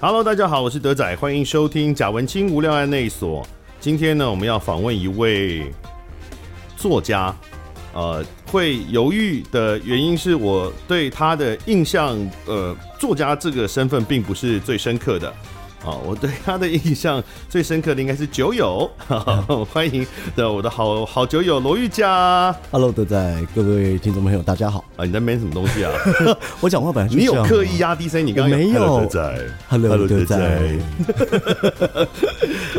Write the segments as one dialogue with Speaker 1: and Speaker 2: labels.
Speaker 1: Hello，大家好，我是德仔，欢迎收听贾文清无聊案内所。今天呢，我们要访问一位作家。呃，会犹豫的原因是我对他的印象，呃，作家这个身份并不是最深刻的。啊、我对他的印象最深刻的应该是酒友， 欢迎的我的好好酒友罗玉佳。
Speaker 2: Hello，德仔，各位听众朋友，大 家好。
Speaker 1: 啊，你在闷什么东西啊？
Speaker 2: 我讲话本来就
Speaker 1: 你有
Speaker 2: 这样啊
Speaker 1: 刻意啊压低声音？你刚刚
Speaker 2: 我没有
Speaker 1: “Hello，德仔
Speaker 2: Hello，德仔。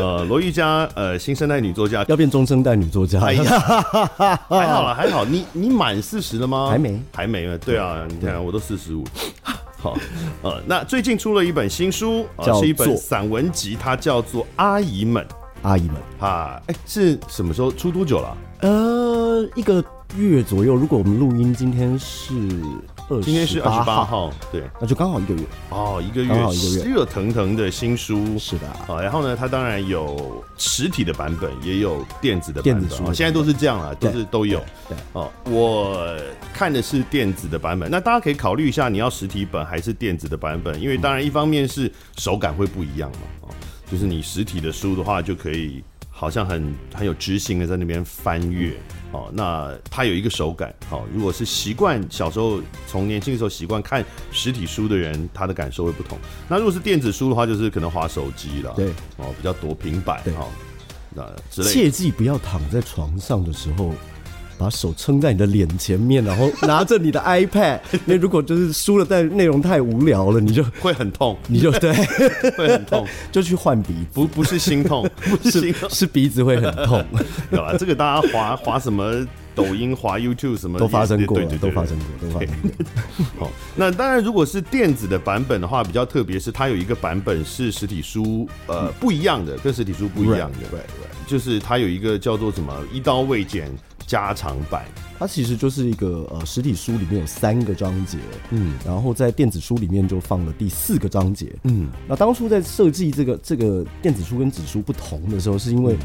Speaker 1: 呃，罗玉佳，呃，新生代女作家。
Speaker 2: 要变中生代女作家。
Speaker 1: 哎呀，还好了，还好。你你满四十了吗？
Speaker 2: 还没
Speaker 1: 还没呢。对啊，你看我都四十五。 好，呃，那最近出了一本新书，呃、
Speaker 2: 叫做
Speaker 1: 是一本散文集，它叫做《阿姨们》
Speaker 2: 阿姨们，
Speaker 1: 啊。哎、是什么时候出多久了啊、
Speaker 2: 呃，一个月左右，如果我们录音今天是二，
Speaker 1: 今天是二十八
Speaker 2: 号，
Speaker 1: 号，对，
Speaker 2: 那就刚好一个月。
Speaker 1: 哦，一个月
Speaker 2: 刚好一个月
Speaker 1: 热腾腾的新书。
Speaker 2: 是的啊，
Speaker 1: 啊，然后呢，它当然有实体的版本，也有电子的版
Speaker 2: 电
Speaker 1: 本。
Speaker 2: 子书的
Speaker 1: 哦现在都是这样啊，都
Speaker 2: 对
Speaker 1: 是都有。
Speaker 2: 对
Speaker 1: 哦，我看的是电子的版本，那大家可以考虑一下，你要实体本还是电子的版本？因为当然一方面是手感会不一样嘛，哦，就是你实体的书的话，就可以好像很很有知性的在那边翻阅。
Speaker 2: 嗯
Speaker 1: 哦，那它有一个手感。好、如果是习惯小时候从年轻的时候习惯看实体书的人，他的感受会不同。那如果是电子书的话，就是可能划手机了，
Speaker 2: 对，
Speaker 1: 哦，比较多平板，
Speaker 2: 对
Speaker 1: 哦，那之类的。
Speaker 2: 切记不要躺在床上的时候。把手撑在你的脸前面，然后拿着你的 iPad，因为如果就是书的但内容太无聊了，你就
Speaker 1: 会很痛，
Speaker 2: 你就对，
Speaker 1: 会很痛，
Speaker 2: 就去换鼻
Speaker 1: 不不是心痛，不是
Speaker 2: 子，
Speaker 1: 心
Speaker 2: 是
Speaker 1: 痛，
Speaker 2: 是鼻子会很痛。
Speaker 1: 对吧？这个大家滑滑什么抖音、滑 YouTube 什么
Speaker 2: 都发生过
Speaker 1: 对
Speaker 2: 了
Speaker 1: 对，
Speaker 2: 都
Speaker 1: 对
Speaker 2: 发生过，都发生过。
Speaker 1: 好，那当然，如果是电子的版本的话，比较特别是它有一个版本是实体书，呃，不一样的，跟实体书不一样的，对对，就是它有一个叫做什么一刀未剪加长版，
Speaker 2: 它其实就是一个呃实体书里面有三个章节，嗯，然后在电子书里面就放了第四个章节，嗯，那当初在设计这个这个电子书跟纸书不同的时候，是因为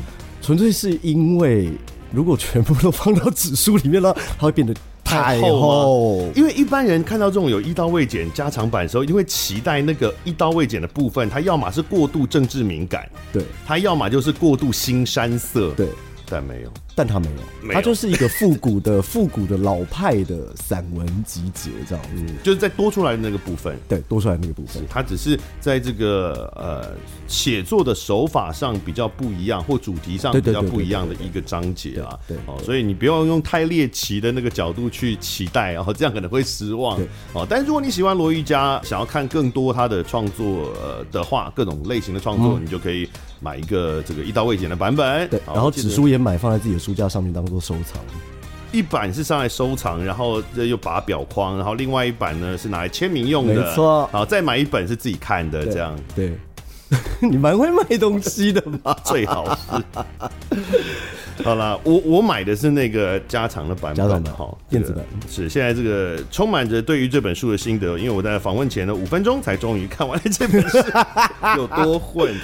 Speaker 2: 纯粹是因为如果全部都放到纸书里面了，它会变得
Speaker 1: 太
Speaker 2: 太
Speaker 1: 厚吗啊
Speaker 2: 厚，
Speaker 1: 因为一般人看到这种有一刀未剪加长版的时候，一定会期待那个一刀未剪的部分，它要么是过度政治敏感，
Speaker 2: 对
Speaker 1: 它要么就是过度新山色，
Speaker 2: 对，
Speaker 1: 但没有。
Speaker 2: 但它没
Speaker 1: 没有
Speaker 2: 有，它就是一个复古的 复古的老派的散文集结这样，嗯，
Speaker 1: 就是在多出来的那个部分，
Speaker 2: 对，多出来那个部分，
Speaker 1: 它只是在这个呃写作的手法上比较不一样，或主题上
Speaker 2: 对
Speaker 1: 比
Speaker 2: 对
Speaker 1: 较
Speaker 2: 对
Speaker 1: 不
Speaker 2: 对
Speaker 1: 一样的一个章节啊。
Speaker 2: 对对
Speaker 1: 哦，所以你不要用太猎奇的那个角度去期待，哦，这样可能会失望
Speaker 2: 对。
Speaker 1: 哦，但是如果你喜欢罗玉佳，想要看更多他的创作呃的话，各种类型的创作，你就可以买一个这个一刀未剪的版本。
Speaker 2: 嗯对，
Speaker 1: 哦
Speaker 2: 然后
Speaker 1: 记
Speaker 2: 纸
Speaker 1: 得
Speaker 2: 书也买放在自己的书架上面当做收藏，
Speaker 1: 一版是上来收藏，然后这又把它裱框，然后另外一版呢是拿来签名用的，
Speaker 2: 没错
Speaker 1: 好，再买一本是自己看的，
Speaker 2: 对
Speaker 1: 这样
Speaker 2: 对， 你蛮会卖东西的嘛。
Speaker 1: 最好是。好啦，我我买的是那个加长的版本，
Speaker 2: 加长版
Speaker 1: 哈，
Speaker 2: 电子版
Speaker 1: 这个是现在这个充满着对于这本书的心得，因为我在访问前的五分钟才终于看完了这本书， 有多混。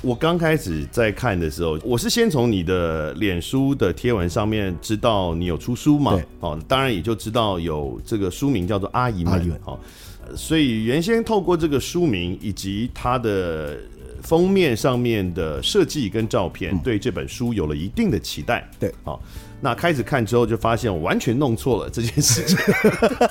Speaker 1: 我刚开始在看的时候，我是先从你的脸书的贴文上面知道你有出书嘛
Speaker 2: 对，
Speaker 1: 哦，当然也就知道有这个书名叫做《阿姨们
Speaker 2: 阿姨们》
Speaker 1: 哦，所以原先透过这个书名以及它的呃封面上面的设计跟照片，对这本书有了一定的期待。
Speaker 2: 对
Speaker 1: 好、那开始看之后就发现我完全弄错了这件事情。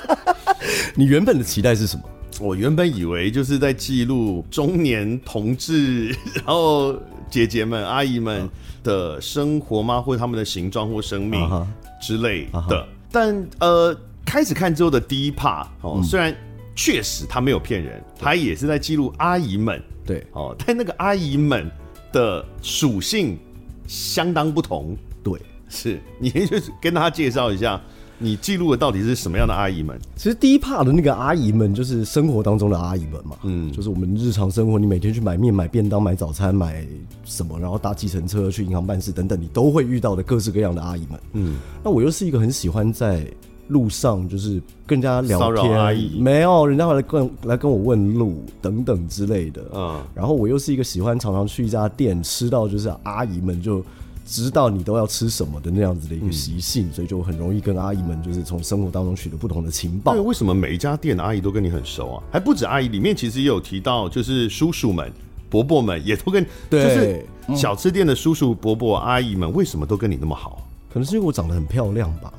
Speaker 2: 你原本的期待是什么？
Speaker 1: 我原本以为就是在记录中年同志， 然后姐姐们、阿姨们的生活吗？或者他们的形状或生命
Speaker 2: 啊哈
Speaker 1: 之类
Speaker 2: 啊
Speaker 1: 的
Speaker 2: 哈。
Speaker 1: 但呃，开始看之后的第一趴哦，
Speaker 2: 嗯
Speaker 1: 虽然确实他没有骗人，他也是在记录阿姨们
Speaker 2: 对，
Speaker 1: 哦，但那个阿姨们的属性相当不同。
Speaker 2: 对，
Speaker 1: 是你就是跟大家介绍一下，你记录的到底是什么样的阿姨们？
Speaker 2: 其实第一 part 的那个阿姨们，就是生活当中的阿姨们嘛，嗯，就是我们日常生活，你每天去买面、买便当、买早餐、买什么，然后搭计程车去银行办事等等，你都会遇到的各式各样的阿姨们。嗯，那我又是一个很喜欢在路上就是跟人家
Speaker 1: 骚
Speaker 2: 聊
Speaker 1: 扰
Speaker 2: 天，
Speaker 1: 阿姨
Speaker 2: 没有人家会来跟来跟我问路等等之类的，
Speaker 1: 嗯
Speaker 2: 啊然后我又是一个喜欢常常去一家店吃到就是阿姨们就知道你都要吃什么的那样子的一个习性，所以就很容易跟阿姨们就是从生活当中取得不同的情报
Speaker 1: 对，。为什么每一家店的阿姨都跟你很熟啊？还不止阿姨，里面其实也有提到，就是叔叔们、伯伯们也都跟，
Speaker 2: 对嗯
Speaker 1: 就是小吃店的叔叔、伯伯、阿姨们为什么都跟你那么好？
Speaker 2: 可能是因为我长得很漂亮吧。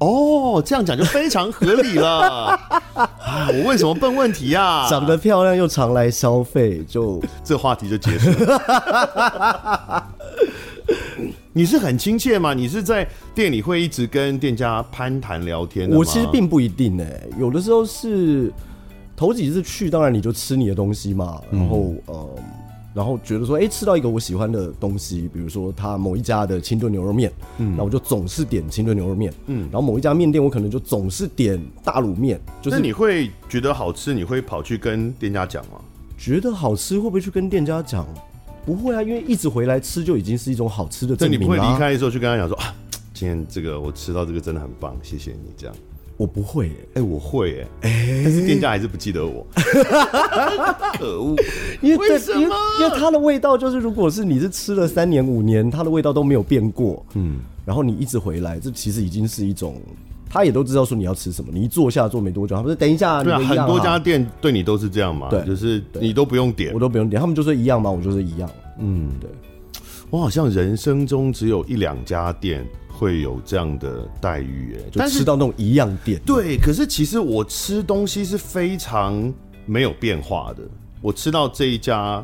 Speaker 1: 哦，这样讲就非常合理了。 啊，我问什么笨问题啊？
Speaker 2: 长得漂亮又常来消费，就
Speaker 1: 这话题就结束了。 你是很亲切吗？你是在店里会一直跟店家攀谈聊天的吗
Speaker 2: 我其实并不一定哎、有的时候是头几次去，当然你就吃你的东西嘛，
Speaker 1: 嗯
Speaker 2: 然后呃，然后觉得说，哎、吃到一个我喜欢的东西，比如说他某一家的清炖牛肉面，嗯，那我就总是点清炖牛肉面，嗯，然后某一家面店我可能就总是点大卤面，就
Speaker 1: 那
Speaker 2: 是
Speaker 1: 你会觉得好吃，你会跑去跟店家讲吗？
Speaker 2: 觉得好吃会不会去跟店家讲？不会啊，因为一直回来吃就已经是一种好吃的
Speaker 1: 那
Speaker 2: 证
Speaker 1: 你
Speaker 2: 明
Speaker 1: 不会
Speaker 2: 啦、
Speaker 1: 离开的时候去跟他讲说啊，今天这个我吃到这个真的很棒，谢谢你这样。
Speaker 2: 我不会哎欸、
Speaker 1: 哎、我会哎、但是店家还是不记得我，可恶！
Speaker 2: 因为
Speaker 1: 为
Speaker 2: 对
Speaker 1: 什
Speaker 2: 因为
Speaker 1: 么
Speaker 2: 因为它的味道就是，如果是你是吃了三年五年，它的味道都没有变过，嗯，然后你一直回来，这其实已经是一种，他也都知道说你要吃什么，你一坐下坐没多久，他们说等一下，
Speaker 1: 对啊，
Speaker 2: 你们
Speaker 1: 很
Speaker 2: 一样
Speaker 1: 多家店对你都是这样嘛，
Speaker 2: 对
Speaker 1: 就是你都不用点
Speaker 2: 我。都不用点，他们就说一样嘛，我就说一样，嗯，对，
Speaker 1: 我好像人生中只有一两家店会有这样的待遇、哎，
Speaker 2: 就
Speaker 1: 但
Speaker 2: 吃
Speaker 1: 是
Speaker 2: 到那种一样店，
Speaker 1: 对，可是其实我吃东西是非常没有变化的。我吃到这一家，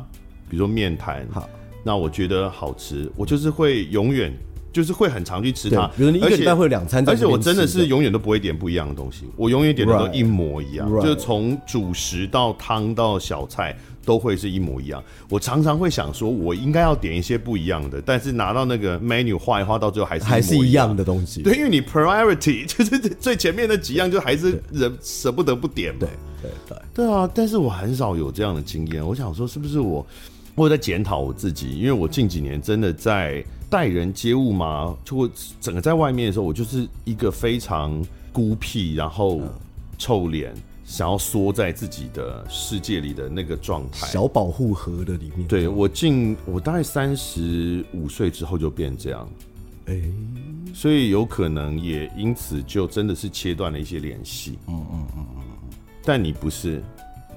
Speaker 1: 比如说面摊，
Speaker 2: 好，
Speaker 1: 那我觉得好吃，我就是会永远就是会很常去吃
Speaker 2: 对
Speaker 1: 它。
Speaker 2: 比如你一个
Speaker 1: 而且
Speaker 2: 礼拜会有两餐
Speaker 1: 啊
Speaker 2: 在
Speaker 1: 而
Speaker 2: 那
Speaker 1: 且
Speaker 2: 边
Speaker 1: 我真的
Speaker 2: 吃的
Speaker 1: 是永远都不会点不一样的东西，我永远点的都
Speaker 2: Right
Speaker 1: 一模一样
Speaker 2: Right
Speaker 1: 就是从主食到汤到小菜都会是一模一样。我常常会想说，我应该要点一些不一样的，但是拿到那个 menu 画一画，到最后还是
Speaker 2: 还是
Speaker 1: 模
Speaker 2: 一
Speaker 1: 一样
Speaker 2: 样的东西，
Speaker 1: 对，因为你 priority 就是最前面的几样，就还是人舍不得不点嘛。
Speaker 2: 对对对，
Speaker 1: 对啊，但是我很少有这样的经验。我想说，是不是我我有在检讨我自己？因为我近几年真的在待人接物嘛，就我整个在外面的时候，我就是一个非常孤僻，然后臭脸，想要缩在自己的世界里的那个状态。
Speaker 2: 小保护盒的里面，，
Speaker 1: 对我近我大概三十五岁之后就变这样，
Speaker 2: 哎，
Speaker 1: 所以有可能也因此就真的是切断了一些联系。嗯嗯嗯嗯。但你不是，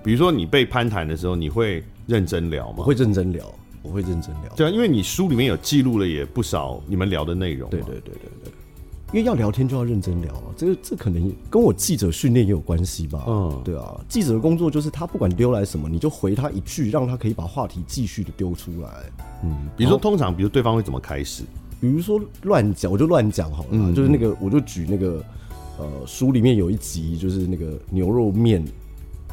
Speaker 1: 比如说你被攀谈的时候，你会认真聊
Speaker 2: 我
Speaker 1: 吗？
Speaker 2: 会认真聊，我会认真聊，
Speaker 1: 对啊，因为你书里面有记录了也不少你们聊的内容。
Speaker 2: 对。对对对对，因为要聊天就要认真聊啊，这个这可能跟我记者训练也有关系吧。
Speaker 1: 嗯
Speaker 2: 嗯，对啊，记者的工作就是他不管丢来什么，你就回他一句，让他可以把话题继续的丢出来。
Speaker 1: 嗯比如说，通常比如对方会怎么开始？
Speaker 2: 比如说乱讲，我就乱讲好了啊、就是那个我就举那个呃书里面有一集就是那个牛肉面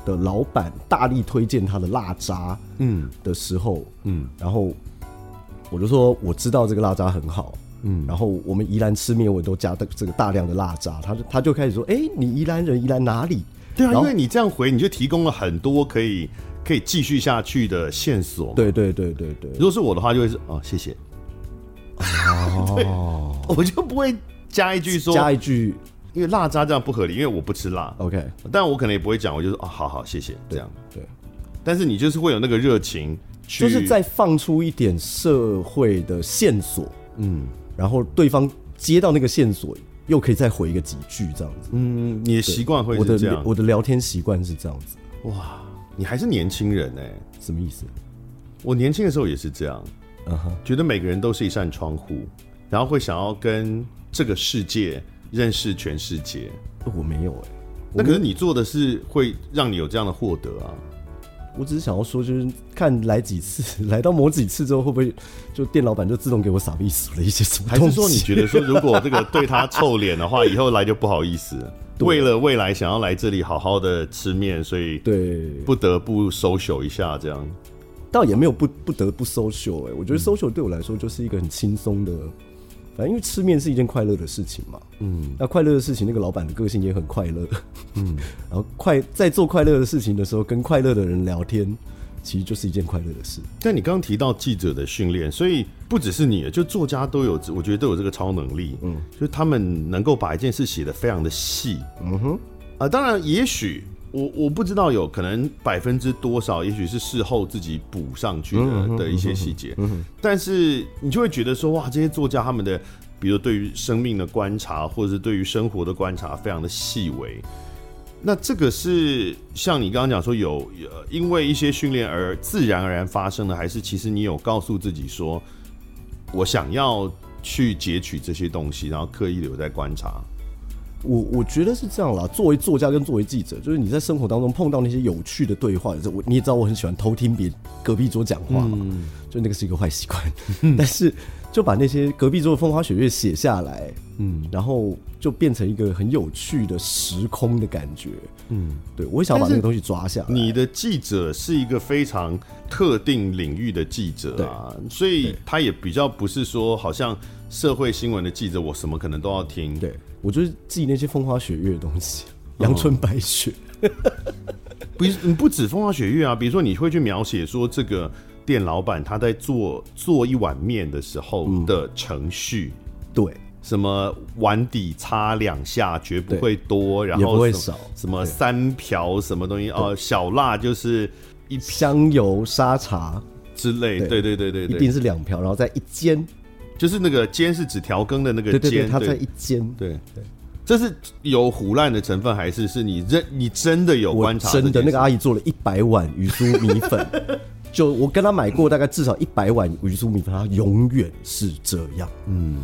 Speaker 2: 的老板大力推荐他的辣渣，嗯的时候，嗯，然后我就说我知道这个辣渣很好。嗯，然后我们宜兰吃面，我都加的这个大量的辣渣，他就他就开始说，哎、你宜兰人，宜兰哪里？
Speaker 1: 对啊，
Speaker 2: 然
Speaker 1: 因
Speaker 2: 后
Speaker 1: 为你这样回，你就提供了很多可以可以继续下去的线索。，
Speaker 2: 对对对对对，
Speaker 1: 如果是我的话，就会是哦，谢 谢。哦，我就不会加一句说，
Speaker 2: 加一句
Speaker 1: 因为辣渣这样不合理，因为我不吃辣。
Speaker 2: ，OK，
Speaker 1: 但我可能也不会讲，我就说啊，好好，谢谢，这样。
Speaker 2: 对，
Speaker 1: 但是你就是会有那个热情去，
Speaker 2: 就是再放出一点社会的线索，嗯，然后对方接到那个线索，又可以再回一个几句这样子。
Speaker 1: 嗯，你的习惯会
Speaker 2: 我
Speaker 1: 是
Speaker 2: 的
Speaker 1: 这
Speaker 2: 聊
Speaker 1: 样。
Speaker 2: 我的聊天习惯是这样子，
Speaker 1: 哇，你还是年轻人哎、
Speaker 2: 什么意思？
Speaker 1: 我年轻的时候也是这样，
Speaker 2: 嗯哼，
Speaker 1: 觉得每个人都是一扇窗户，然后会想要跟这个世界认识全世界。
Speaker 2: 我没有哎、
Speaker 1: 那可是你做的是会让你有这样的获得啊。
Speaker 2: 我只是想要说，就是看来几次， 来到某几次之后，会不会就店老板就自动给我傻逼死了一些什么
Speaker 1: 还
Speaker 2: 东
Speaker 1: 是
Speaker 2: 西？
Speaker 1: 说你觉得说，如果这个对他臭脸的话，以后来就不好意 思了。为了未来想要来这里好好的吃面，所以
Speaker 2: 对，
Speaker 1: 不得不 social 一下这样。
Speaker 2: 倒也没有不不得不 social 哎、我觉得 social 对我来说就是一个很轻松的，反正因为吃面是一件快乐的事情嘛，嗯，那快乐的事情，那个老板的个性也很快乐，嗯， 然后快在做快乐的事情的时候，跟快乐的人聊天，其实就是一件快乐的事。
Speaker 1: 但你刚刚提到记者的训练，所以不只是你，就作家都有，我觉得都有这个超能力，嗯，呃就是他们能够把一件事写得非常的细，嗯哼，啊、当然也许。我我不知道有可能百分之多少，也许是事后自己补上去
Speaker 2: 嗯
Speaker 1: 的
Speaker 2: 哼
Speaker 1: 的一些细节，但是你就会觉得说，哇，这些作家他们的，比如对于生命的观察，或者是对于生活的观察，非常的细微。那这个是像你刚刚讲说有呃因为一些训练而自然而然发生的，还是其实你有告诉自己说，我想要去截取这些东西，然后刻意的有在观察？
Speaker 2: 我我觉得是这样啦。作为作家跟作为记者，就是你在生活当中碰到那些有趣的对话，也是我你也知道我很喜欢偷听别隔壁桌讲话嘛，就那个是一个坏习惯。 但是就把那些隔壁桌的风花雪月写下来，嗯，然后就变成一个很有趣的时空的感觉，嗯，对我也想把那个东西抓下来。
Speaker 1: 你的记者是一个非常特定领域的记者啊，所以他也比较不是说好像社会新闻的记者，我什么可能都要听。
Speaker 2: 对我就是记那些风花雪月的东西，阳春白雪。
Speaker 1: 不是，你不止风花雪月啊，比如说你会去描写说这个店老板他在做做一碗面的时候的程序。
Speaker 2: 对，
Speaker 1: 什么碗底擦两下绝不会多，然后
Speaker 2: 也不会
Speaker 1: 什么
Speaker 2: 少
Speaker 1: 什么三瓢什么东西哦，小辣就是一
Speaker 2: 香油沙茶
Speaker 1: 之类，对对
Speaker 2: 对
Speaker 1: 对对
Speaker 2: 一
Speaker 1: 对，
Speaker 2: 定是两瓢，然后再一煎，
Speaker 1: 就是那个煎是指调羹的那个
Speaker 2: 对
Speaker 1: 煎，
Speaker 2: 对对，它
Speaker 1: 对
Speaker 2: 再一煎。
Speaker 1: 对对，这是有胡乱的成分，还是是你认你真的有
Speaker 2: 我
Speaker 1: 观察这
Speaker 2: 真的
Speaker 1: 件事
Speaker 2: 那个啊阿姨做了一百碗鱼酥米粉， 就我跟她买过大概至少一百碗鱼酥米粉，她永远是这样。嗯，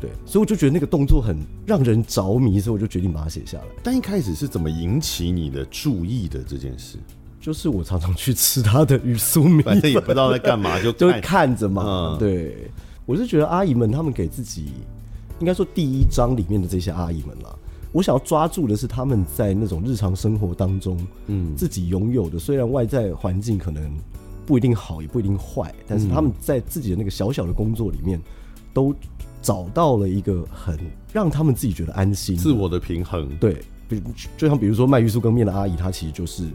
Speaker 2: 对，所以我就觉得那个动作很让人着迷，所以我就决定把它写下来。
Speaker 1: 但一开始是怎么引起你的注意的这件 事？
Speaker 2: 就是我常常去吃她的鱼酥米
Speaker 1: 反正也
Speaker 2: 粉，
Speaker 1: 不知道在干嘛，就
Speaker 2: 就
Speaker 1: 看
Speaker 2: 会看着嘛。
Speaker 1: 嗯
Speaker 2: 对，我是觉得阿姨们她们给自己，应该说第一章里面的这些阿姨们啦。我想要抓住的是她们在那种日常生活当中，嗯，自己拥有的，虽然外在环境可能不一定好，也不一定坏，但是她们在自己的那个小小的工作里面，都找到了一个很让他们自己觉得安心、
Speaker 1: 自我的平衡。
Speaker 2: 对，比如就像比如说卖鱼酥羹面的阿姨，她其实就是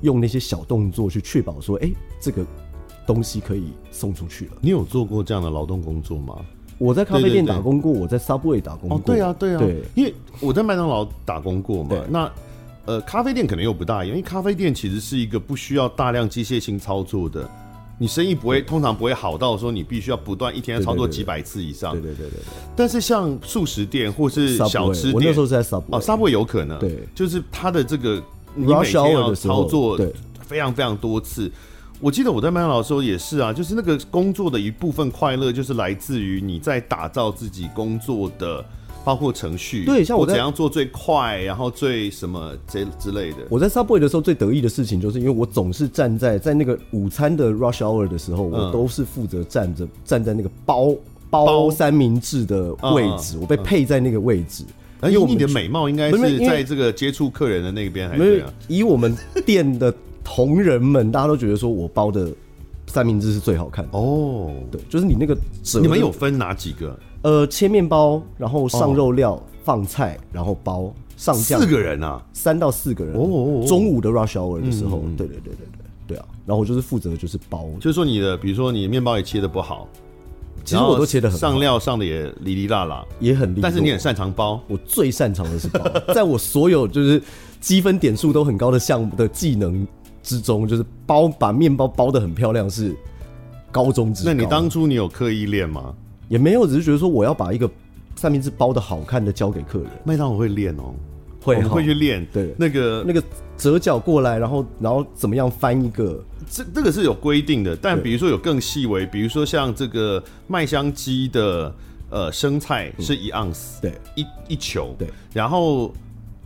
Speaker 2: 用那些小动作去确保说，哎、这个东西可以送出去了。
Speaker 1: 你有做过这样的劳动工作吗？
Speaker 2: 我在咖啡
Speaker 1: 对对
Speaker 2: 店
Speaker 1: 对
Speaker 2: 打工过，我在 Subway 打工过。
Speaker 1: 哦，对啊，对啊，
Speaker 2: 对
Speaker 1: 因为我在麦当劳打工过嘛
Speaker 2: 对，
Speaker 1: 那。呃，咖啡店可能又不大一样，因为咖啡店其实是一个不需要大量机械性操作的，你生意不会通常不会好到说你必须要不断一天要操作
Speaker 2: 对对对
Speaker 1: 几百次以上
Speaker 2: 对。对对对对
Speaker 1: 但是像素食店或是小吃
Speaker 2: Subway，
Speaker 1: 店，
Speaker 2: 我那时候是在 Subway。
Speaker 1: 哦，沙波有可能，
Speaker 2: 对
Speaker 1: 就是它的这个你每天
Speaker 2: hour
Speaker 1: 要
Speaker 2: 的时候
Speaker 1: 操作
Speaker 2: 对
Speaker 1: 非常非常多次。我记得我在麦当劳的时候也是啊，就是那个工作的一部分快乐，就是来自于你在打造自己工作的，包括程序，
Speaker 2: 对像我在
Speaker 1: 怎样做最快，然后最什么这之类的。
Speaker 2: 我在 Subway 的时候最得意的事情，就是因为我总是站在在那个午餐的 rush hour 的时候，
Speaker 1: 嗯
Speaker 2: 我都是负责站着站在那个包包三明治的位
Speaker 1: 嗯
Speaker 2: 置，我被配在那个位置。
Speaker 1: 而
Speaker 2: 因
Speaker 1: 且
Speaker 2: 为我
Speaker 1: 哎你
Speaker 2: 们
Speaker 1: 的美貌应该
Speaker 2: 不是
Speaker 1: 是
Speaker 2: 因为
Speaker 1: 在这个接触客人的那边，还
Speaker 2: 没
Speaker 1: 是
Speaker 2: 有
Speaker 1: 怎样
Speaker 2: 以我们店的同仁们，大家都觉得说我包的三明治是最好看的。
Speaker 1: 哦，
Speaker 2: 对，就是你那个折的，
Speaker 1: 你们有分哪几个？
Speaker 2: 呃切面包，然后上肉料、放菜，然后包上酱
Speaker 1: 四，个人啊，
Speaker 2: 三到四个人。
Speaker 1: 哦哦嗯哦
Speaker 2: 中午的 rush hour 的时候，对对对对对对啊，然后我就是负责就是包，
Speaker 1: 就是说你的，比如说你的面包也切的不好，
Speaker 2: 其实我都切得很
Speaker 1: 上
Speaker 2: 好，
Speaker 1: 料上的也哩哩啦啦，
Speaker 2: 也很利落。
Speaker 1: 但是你很擅长包，
Speaker 2: 我最擅长的是包， 在我所有就是积分点数都很高的项目的技能之中，就是包把面包包的很漂亮是高中之高。
Speaker 1: 那你当初你有刻意练吗？
Speaker 2: 也没有，只是觉得说我要把一个三明治包的好看的交给客人，
Speaker 1: 麦当劳会练哦，
Speaker 2: 会
Speaker 1: 我们
Speaker 2: 哈
Speaker 1: 会去练。
Speaker 2: 对
Speaker 1: 那个
Speaker 2: 那个折角过来，然后然后怎么样翻一个，
Speaker 1: 这这个是有规定的，但
Speaker 2: 对
Speaker 1: 比如说有更细微，比如说像这个麦香鸡的呃生菜是一盎司，
Speaker 2: 嗯对，
Speaker 1: 一一球，
Speaker 2: 对，
Speaker 1: 然后。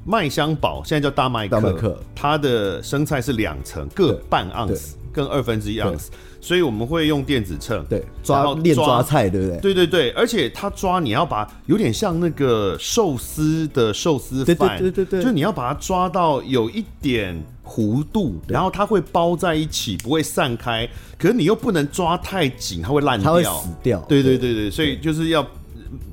Speaker 1: 麦香堡现在叫大麦克，
Speaker 2: 大麦克
Speaker 1: 它的生菜是两层，各
Speaker 2: 对
Speaker 1: 半盎司，跟二分之一盎司，所以我们会用电子秤，
Speaker 2: 对，
Speaker 1: 然
Speaker 2: 抓
Speaker 1: 后
Speaker 2: 练抓菜，对不对？
Speaker 1: 对对对，而且他抓你要把有点像那个寿司的寿司
Speaker 2: 对对
Speaker 1: 饭，
Speaker 2: 对对对
Speaker 1: 就你要把它抓到有一点弧度，然后它会包在一起，不会散开。可是你又不能抓太紧，它会烂
Speaker 2: 它
Speaker 1: 掉，
Speaker 2: 会死掉
Speaker 1: 对对对对，所以就是要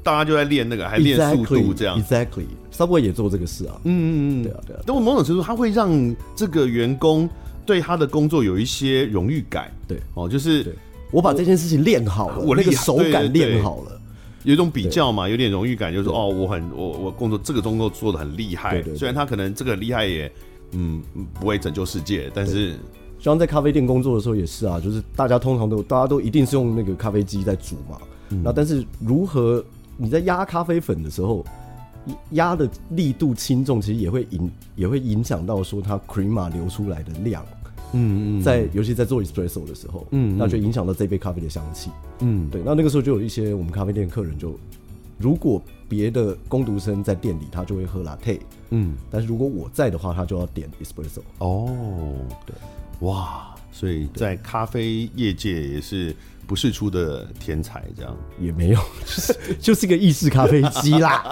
Speaker 1: 大家就在练那个，还练速度这样。
Speaker 2: Exactly，稍微也做这个事啊，嗯嗯嗯，对啊对啊
Speaker 1: 但我某种程度，它会让这个员工对他的工作有一些荣誉感，
Speaker 2: 对，
Speaker 1: 哦，就是
Speaker 2: 对，我把这件事情练好了，
Speaker 1: 我
Speaker 2: 那个
Speaker 1: 厉害
Speaker 2: 手
Speaker 1: 对对
Speaker 2: 感
Speaker 1: 对
Speaker 2: 练好了，
Speaker 1: 有一种比较嘛，有点荣誉感，就是说哦，我很我我工作这个工作做的很厉害
Speaker 2: 对对，对
Speaker 1: 虽然他可能这个很厉害也嗯，不会拯救世界，但是
Speaker 2: 像在咖啡店工作的时候也是啊，就是大家通常都大家都一定是用那个咖啡机在煮嘛。那、但是如何你在压咖啡粉的时候，压的力度轻重，其实也会影也会影响到说它 crema 流出来的量。嗯嗯，在尤其在做 espresso 的时候，嗯，那就影响到这杯咖啡的香气。嗯，对，那那个时候就有一些我们咖啡店客人就，如果别的工读生在店里，他就会喝 latte，嗯，但是如果我在的话，他就要点 espresso。
Speaker 1: 哦，对，哇，所以在咖啡业界也是不世出的天才这样。
Speaker 2: 也没有， 就是就是个意式咖啡机 啦。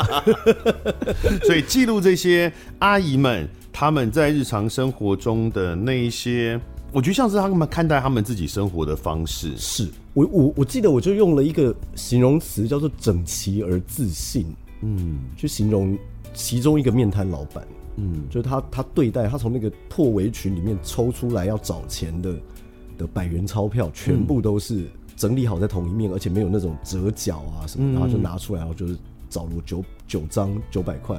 Speaker 1: 所以记录这些阿姨们她们在日常生活中的那一些，我觉得像是她们看待她们自己生活的方式。
Speaker 2: 是我我我记得我就用了一个形容词叫做整齐而自信，嗯，去形容其中一个面摊老板，嗯，就是他他对待他从那个破围裙里面抽出来要找钱的的百元钞票，全部都是整理好在同一面，而且没有那种折角啊什么，然后就拿出来，然后就是找了九九张九百块，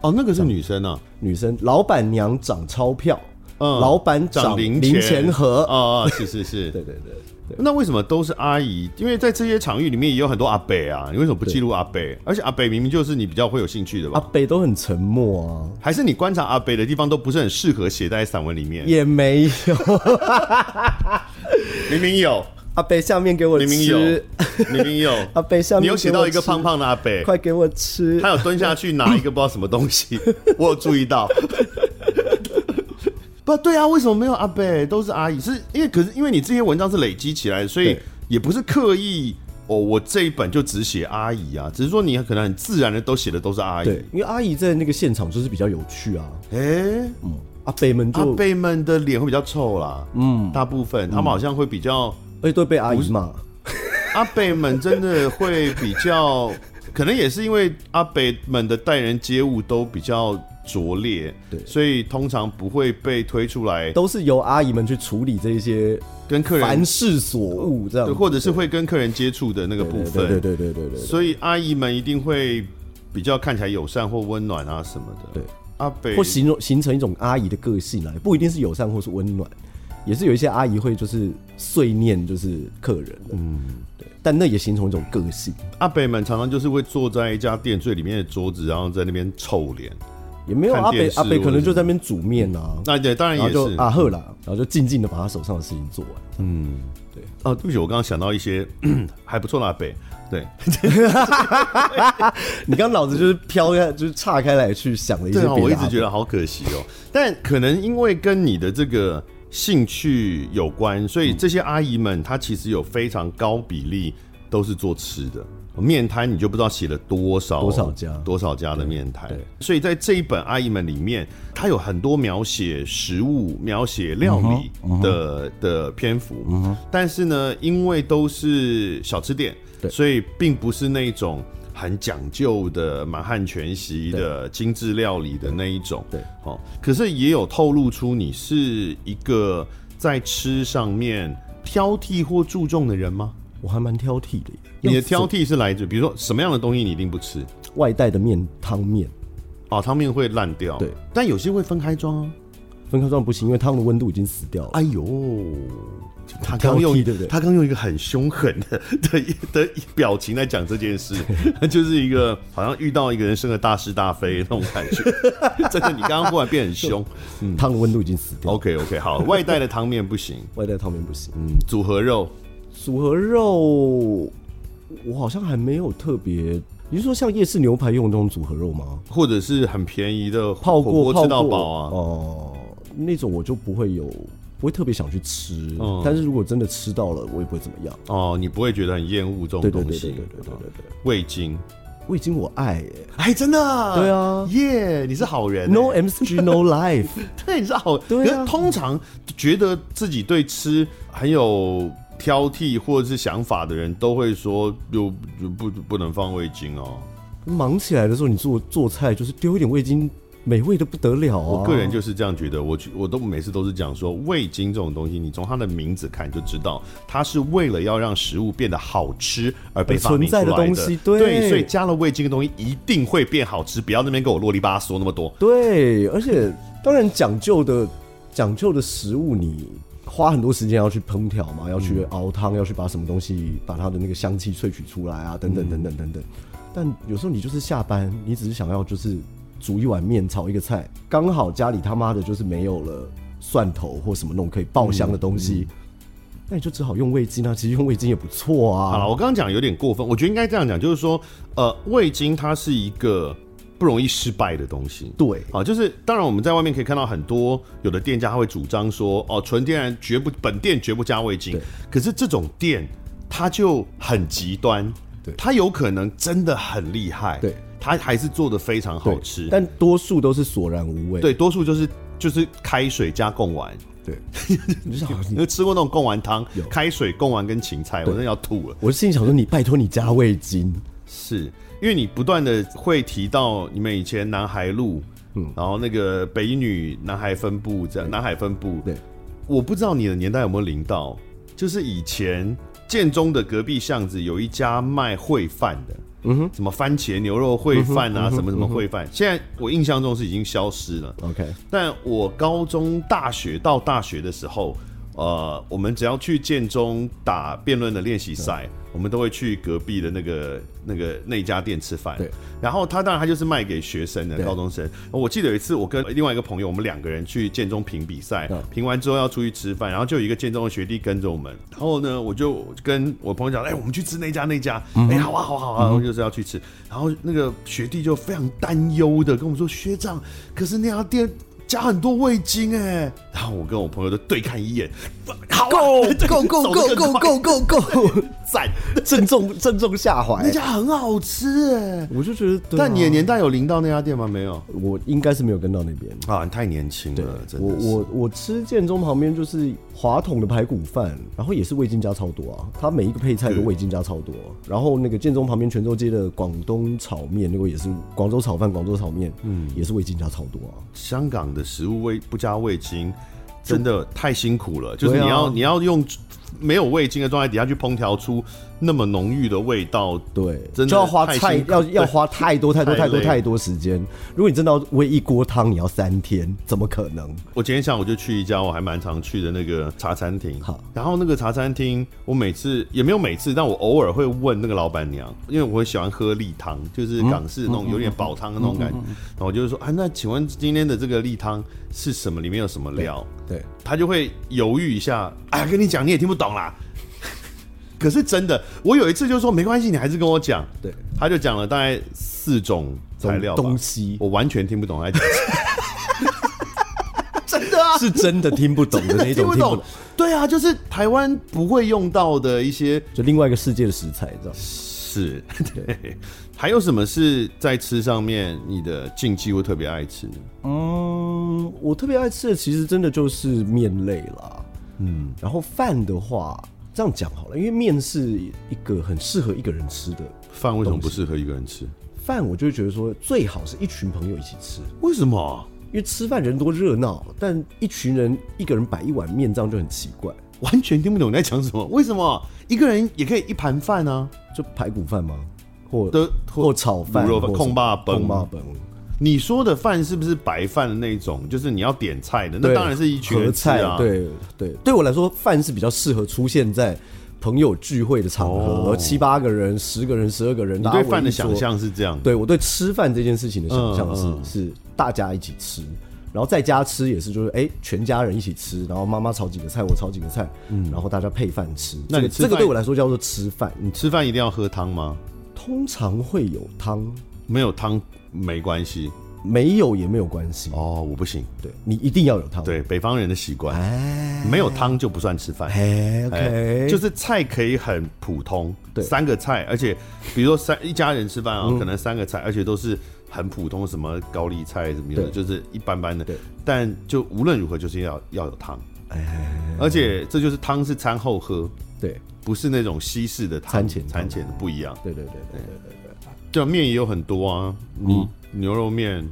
Speaker 1: 哦，那个是女生啊，
Speaker 2: 女生老板娘涨钞票，
Speaker 1: 嗯
Speaker 2: 老板
Speaker 1: 长
Speaker 2: 涨
Speaker 1: 零
Speaker 2: 零钱盒，
Speaker 1: 啊、哦，是是 是，
Speaker 2: 对对对对，
Speaker 1: 那为什么都是阿姨？因为在这些场域里面也有很多阿伯啊，你为什么不记录阿伯？而且阿伯明明就是你比较会有兴趣的吧？
Speaker 2: 阿北都很沉默啊，
Speaker 1: 还是你观察阿北的地方都不是很适合写在散文里面？
Speaker 2: 也没有
Speaker 1: 明明有，
Speaker 2: 阿北下面给我
Speaker 1: 明明 有
Speaker 2: 吃，，
Speaker 1: 明明有，
Speaker 2: 阿北下面
Speaker 1: 你有写到一个
Speaker 2: 给我吃
Speaker 1: 胖，胖的阿北，
Speaker 2: 快给我吃
Speaker 1: 他，有蹲下去拿一个不知道什么东西，我有注意到。不对啊，为什么没有阿北？都是阿姨，是因为可是因为你这些文章是累积起来的，所以
Speaker 2: 对
Speaker 1: 也不是刻意哦。我这一本就只写阿姨啊，只是说你可能很自然的都写的都是阿姨
Speaker 2: 对。，因为阿姨在那个现场就是比较有趣啊，
Speaker 1: 哎、
Speaker 2: 阿北们
Speaker 1: 阿
Speaker 2: 就
Speaker 1: 贝们的脸会比较臭啦，嗯，大部分他们好像会比较，
Speaker 2: 而且都被阿姨骂，
Speaker 1: 阿贝们真的会比较，可能也是因为阿贝们的待人接物都比较拙劣，
Speaker 2: 对
Speaker 1: 所以通常不会被推出来
Speaker 2: 都是由阿姨们去处理这些
Speaker 1: 跟客人
Speaker 2: 凡，事所务这样
Speaker 1: 对，
Speaker 2: 子，
Speaker 1: 或者是会跟客人接触的那个部分，
Speaker 2: 对对对对对对对
Speaker 1: 所以阿姨们一定会比较看起来友善或温暖啊什么的，
Speaker 2: 对，
Speaker 1: 阿贝
Speaker 2: 或形容形成一种阿姨的个性来，不一定是友善或是温暖，也是有一些阿姨会就是碎念就是客人的，嗯，对，但那也形成一种个性，
Speaker 1: 阿贝们常常就是会坐在一家店最里面的桌子，然后在那边臭脸。
Speaker 2: 也没有
Speaker 1: 看
Speaker 2: 阿
Speaker 1: 电
Speaker 2: 北
Speaker 1: 视
Speaker 2: 阿北
Speaker 1: 或
Speaker 2: 可
Speaker 1: 者
Speaker 2: 能
Speaker 1: 是
Speaker 2: 就在那边煮面啊，
Speaker 1: 那对，当然
Speaker 2: 然后
Speaker 1: 也
Speaker 2: 就是啊呵啦，然后就静静的把他手上的事情做完。
Speaker 1: 哦，对不起，我刚刚想到一些 还不错啦，北对
Speaker 2: 你刚脑子就是飘开，就是岔开来去想了一些
Speaker 1: 对
Speaker 2: 别
Speaker 1: 啊，
Speaker 2: 的。
Speaker 1: 我一直觉
Speaker 2: 得，
Speaker 1: 得好可惜哦。但可能因为跟你的这个兴趣有
Speaker 2: 嗯
Speaker 1: 关，所以这些阿姨们她其实有非常高比例都是做吃的。面摊你就不知道写了多少
Speaker 2: 多少家
Speaker 1: 多少家的面摊
Speaker 2: 对对，
Speaker 1: 所以在这一本阿姨们里面，它有很多描写食物、描写料
Speaker 2: 嗯
Speaker 1: 理的、的篇幅、但是呢，因为都是小吃店，
Speaker 2: 对
Speaker 1: 所以并不是那种很讲究的满汉全席的精致料理的那一种。
Speaker 2: 对，
Speaker 1: 哦，可是也有透露出你是一个在吃上面挑剔或注重的人吗？
Speaker 2: 我还蛮挑剔的耶。
Speaker 1: 你的
Speaker 2: 用
Speaker 1: 挑剔是来自，比如说什么样的东西你一定不吃？
Speaker 2: 外带的面汤面，
Speaker 1: 哦，汤面会烂掉。
Speaker 2: 对，
Speaker 1: 但有些会分开装啊。
Speaker 2: 分开装不行，因为汤的温度已经死掉了。
Speaker 1: 哎呦，他
Speaker 2: 挑
Speaker 1: 刚
Speaker 2: 剔
Speaker 1: 用
Speaker 2: 对不对
Speaker 1: 他刚用一个很凶狠的的的表情来讲这件 事，他就是一个好像遇到一个人生了大是大 非那种感觉。真的，你刚刚忽然变很凶。
Speaker 2: 汤的温度已经死掉了，
Speaker 1: OK OK，好，外带的汤面不行，
Speaker 2: 外带汤面不行。
Speaker 1: 嗯，组合肉
Speaker 2: 组合肉，我好像还没有特别。你是说像夜市牛排用那种组合肉吗？
Speaker 1: 或者是很便宜的火
Speaker 2: 泡
Speaker 1: 火
Speaker 2: 过
Speaker 1: 锅
Speaker 2: 泡
Speaker 1: 吃到
Speaker 2: 过
Speaker 1: 饱啊。
Speaker 2: 哦、那种我就不会有，不会特别想去吃。
Speaker 1: 嗯
Speaker 2: 但是如果真的吃到了，我也不会怎么样。
Speaker 1: 哦，你不会觉得很厌恶这种
Speaker 2: 对对
Speaker 1: 东
Speaker 2: 对
Speaker 1: 西？啊
Speaker 2: 对对对对对对，
Speaker 1: 味精，
Speaker 2: 味精我爱、耶
Speaker 1: 哎，真的，
Speaker 2: 对啊
Speaker 1: 耶，你是好人欸
Speaker 2: n o MSG No Life，
Speaker 1: 对，你是好。
Speaker 2: 对啊
Speaker 1: 可是通常觉得自己对吃很有挑剔或者是想法的人，都会说就就不不能放味精哦。
Speaker 2: 忙起来的时候，你做做菜就是丢一点味精，美味的不得了啊！
Speaker 1: 我个人就是这样觉得，我去我都每次都是讲说，味精这种东西，你从它的名字看就知道，它是为了要让食物变得好吃而被
Speaker 2: 而
Speaker 1: 发明
Speaker 2: 存在
Speaker 1: 出
Speaker 2: 的
Speaker 1: 来
Speaker 2: 东西对
Speaker 1: 所以加了味精的东西一定会变好吃，不要那边给我啰里吧嗦那么多。
Speaker 2: 对，而且当然讲究的讲究的食物，你花很多时间要去烹调嘛，要
Speaker 1: 嗯
Speaker 2: 去熬汤，要去把什么东西把它的那个香气萃取出来啊，等等等等等
Speaker 1: 嗯
Speaker 2: 等。但有时候你就是下班，你只是想要就是煮一碗面，炒一个菜，刚好家里他妈的就是没有了蒜头或什么那种可以爆香的东西，
Speaker 1: 嗯
Speaker 2: 那你就只好用味精啊。其实用味精也不错
Speaker 1: 好了，
Speaker 2: 啊。
Speaker 1: 我刚刚讲有点过分，我觉得应该这样讲，就是说，呃，味精它是一个不容易失败的东西。
Speaker 2: 对，
Speaker 1: 啊，就是当然我们在外面可以看到很多有的店家他会主张说，哦，纯天然绝不本店绝不加味精
Speaker 2: 对，
Speaker 1: 可是这种店它就很极端，
Speaker 2: 对
Speaker 1: 它有可能真的很厉害，
Speaker 2: 对，
Speaker 1: 它还是做的非常好
Speaker 2: 对
Speaker 1: 吃，
Speaker 2: 但多数都是索然无味。
Speaker 1: 对，多数就是就是开水加贡丸，
Speaker 2: 对， 你就想哦
Speaker 1: 你
Speaker 2: 你
Speaker 1: 有吃过那种贡丸汤
Speaker 2: 嗯有，
Speaker 1: 开水贡丸跟芹菜，我真的要吐了。
Speaker 2: 我心里想说，你拜托你加味精，
Speaker 1: 是因为你不断的会提到你们以前南海路，嗯，然后那个北女南海分部这样，南海分部，
Speaker 2: 对，
Speaker 1: 我不知道你的年代有没有临到，就是以前建中的隔壁巷子有一家卖烩饭的。嗯哼，什么番茄牛肉烩饭啊，什么什么烩饭，现在我印象中是已经消失了。
Speaker 2: OK，
Speaker 1: 但我高中、大学到大学的时候，呃，我们只要去建中打辩论的练习赛，我们都会去隔壁的那个那个那家店吃饭。
Speaker 2: 对。
Speaker 1: 然后他当然他就是卖给学生的
Speaker 2: 对
Speaker 1: 高中生。我记得有一次我跟另外一个朋友，我们两个人去建中评比赛
Speaker 2: 嗯，
Speaker 1: 评完之后要出去吃饭，然后就有一个建中的学弟跟着我们。然后呢，我就跟我朋友讲，哎、我们去吃那家那家。
Speaker 2: 嗯
Speaker 1: 哎、好啊，好啊好啊，我就是要去吃。然后那个学弟就非常担忧的跟我们说，学长，可是那家店。加很多味精哎、 然后我跟我朋友就对看一眼， 好、啊、
Speaker 2: Go go
Speaker 1: 走得更
Speaker 2: go go
Speaker 1: 快
Speaker 2: go go go，
Speaker 1: 赞，
Speaker 2: 正中正中下怀
Speaker 1: 那。家很好吃哎、
Speaker 2: 我就觉得，哎对啊
Speaker 1: 但你的年代有临到那家店吗？没有
Speaker 2: 我应该是没有跟到那边。
Speaker 1: 啊，你太年轻
Speaker 2: 对
Speaker 1: 了，，真
Speaker 2: 我
Speaker 1: 的是。
Speaker 2: 我我吃建中旁边就是华统的排骨饭，然后也是味精加超多啊，它每一个配菜都味精加超多。然后那个建中旁边泉州街的广东炒面，那个也是广州炒饭、广州炒面，嗯，也是味精加超多啊。
Speaker 1: 香港的食物味不加味精，真的太辛苦了。就是
Speaker 2: 对啊
Speaker 1: 你要、你要用没有味精的状态底下去烹调出那么浓郁的味道，
Speaker 2: 对，
Speaker 1: 真的
Speaker 2: 就要花
Speaker 1: 太
Speaker 2: 太
Speaker 1: 辛苦
Speaker 2: 要
Speaker 1: 对
Speaker 2: 要花太多太多
Speaker 1: 太
Speaker 2: 太多
Speaker 1: 累
Speaker 2: 太多时间。如果你真的要煨一锅汤，你要三天，怎么可能？
Speaker 1: 我今天下午就去一家我还蛮常去的那个茶餐厅，
Speaker 2: 好
Speaker 1: 然后那个茶餐厅，我每次也没有每次，但我偶尔会问那个老板娘，因为我很喜欢喝例汤，就是
Speaker 2: 嗯
Speaker 1: 港式那种有点煲汤的那种感觉，然后我就说，啊，那请问今天的这个例汤是什么？里面有什么料？
Speaker 2: 对，
Speaker 1: 他就会犹豫一下，哎，跟你讲你也听不懂啦。 可是真的，我有一次就说没关系，你还是跟我讲。
Speaker 2: 对，
Speaker 1: 他就讲了大概四种材料吧
Speaker 2: 东东西
Speaker 1: 我完全听不懂他在讲什
Speaker 2: 是真的 听不懂的
Speaker 1: 么，
Speaker 2: 那种，
Speaker 1: 不懂。对啊，就是台湾不会用到的一些
Speaker 2: 就另外一个世界的食材，这样。
Speaker 1: 是， 对。还有什么是在吃上面你的禁忌会特别爱吃呢？
Speaker 2: 嗯，我特别爱吃的其实真的就是面类啦。嗯，然后饭的话，这样讲好了，因为面是一个很适合一个人吃的。
Speaker 1: 饭为什么不适合一个人吃？
Speaker 2: 饭我就会觉得说，最好是一群朋友一起吃，
Speaker 1: 为什么？
Speaker 2: 因为吃饭人多热闹，但一群人一个人摆一碗面，这样就很奇怪。
Speaker 1: 完全听不懂你在讲什么？为什么一个人也可以一盘饭啊？
Speaker 2: 就排骨饭吗？或
Speaker 1: 的
Speaker 2: 或炒饭、
Speaker 1: 卤肉
Speaker 2: 或
Speaker 1: 饭
Speaker 2: 什么
Speaker 1: 控霸本
Speaker 2: 控嗯霸本，
Speaker 1: 你说的饭是不是白饭的那种？就是你要点菜的，那
Speaker 2: 对
Speaker 1: 当然是一群
Speaker 2: 合
Speaker 1: 人吃
Speaker 2: 菜
Speaker 1: 啊。，
Speaker 2: 对对，对我来说，饭是比较适合出现在朋友聚会的场合，七八个人、十个人、十二个人，
Speaker 1: 哦你
Speaker 2: 大家
Speaker 1: 对
Speaker 2: 围一
Speaker 1: 饭的
Speaker 2: 桌
Speaker 1: 想，象是这样。，
Speaker 2: 对我对吃饭这件事情的想象是、
Speaker 1: 嗯嗯
Speaker 2: 是大家一起吃。然后在家吃也是，就是哎，全家人一起吃，然后妈妈炒几个菜，我炒几个菜，然后大家配饭吃。
Speaker 1: 嗯那
Speaker 2: 这
Speaker 1: 你
Speaker 2: 个
Speaker 1: 吃
Speaker 2: 这个
Speaker 1: 饭
Speaker 2: 对我来说叫做吃饭，嗯
Speaker 1: 吃饭一定要喝汤吗？
Speaker 2: 通常会有汤，
Speaker 1: 没有汤没关系。
Speaker 2: 没有也没有关系。
Speaker 1: 哦，我不行。
Speaker 2: 对你一定要有汤。，
Speaker 1: 对，北方人的习惯，
Speaker 2: 哎
Speaker 1: 没有汤就不算吃饭。
Speaker 2: 哎
Speaker 1: 哎
Speaker 2: ，OK，
Speaker 1: 就是菜可以很普通，
Speaker 2: 对嗯
Speaker 1: 三个菜，而且比如说三一家人吃饭啊，可能三个菜，而且都是很普通，什么高丽菜什么的，
Speaker 2: 对
Speaker 1: 就是一般般的
Speaker 2: 对。哎
Speaker 1: 但就无论如何，就是要要有汤，而且这就是汤是餐后喝，
Speaker 2: 对
Speaker 1: 不是那种西式的汤，
Speaker 2: 餐前汤
Speaker 1: 餐前的不一样。
Speaker 2: 对对对对对对。
Speaker 1: 对啊，面也有很多啊，
Speaker 2: 嗯
Speaker 1: 你牛肉面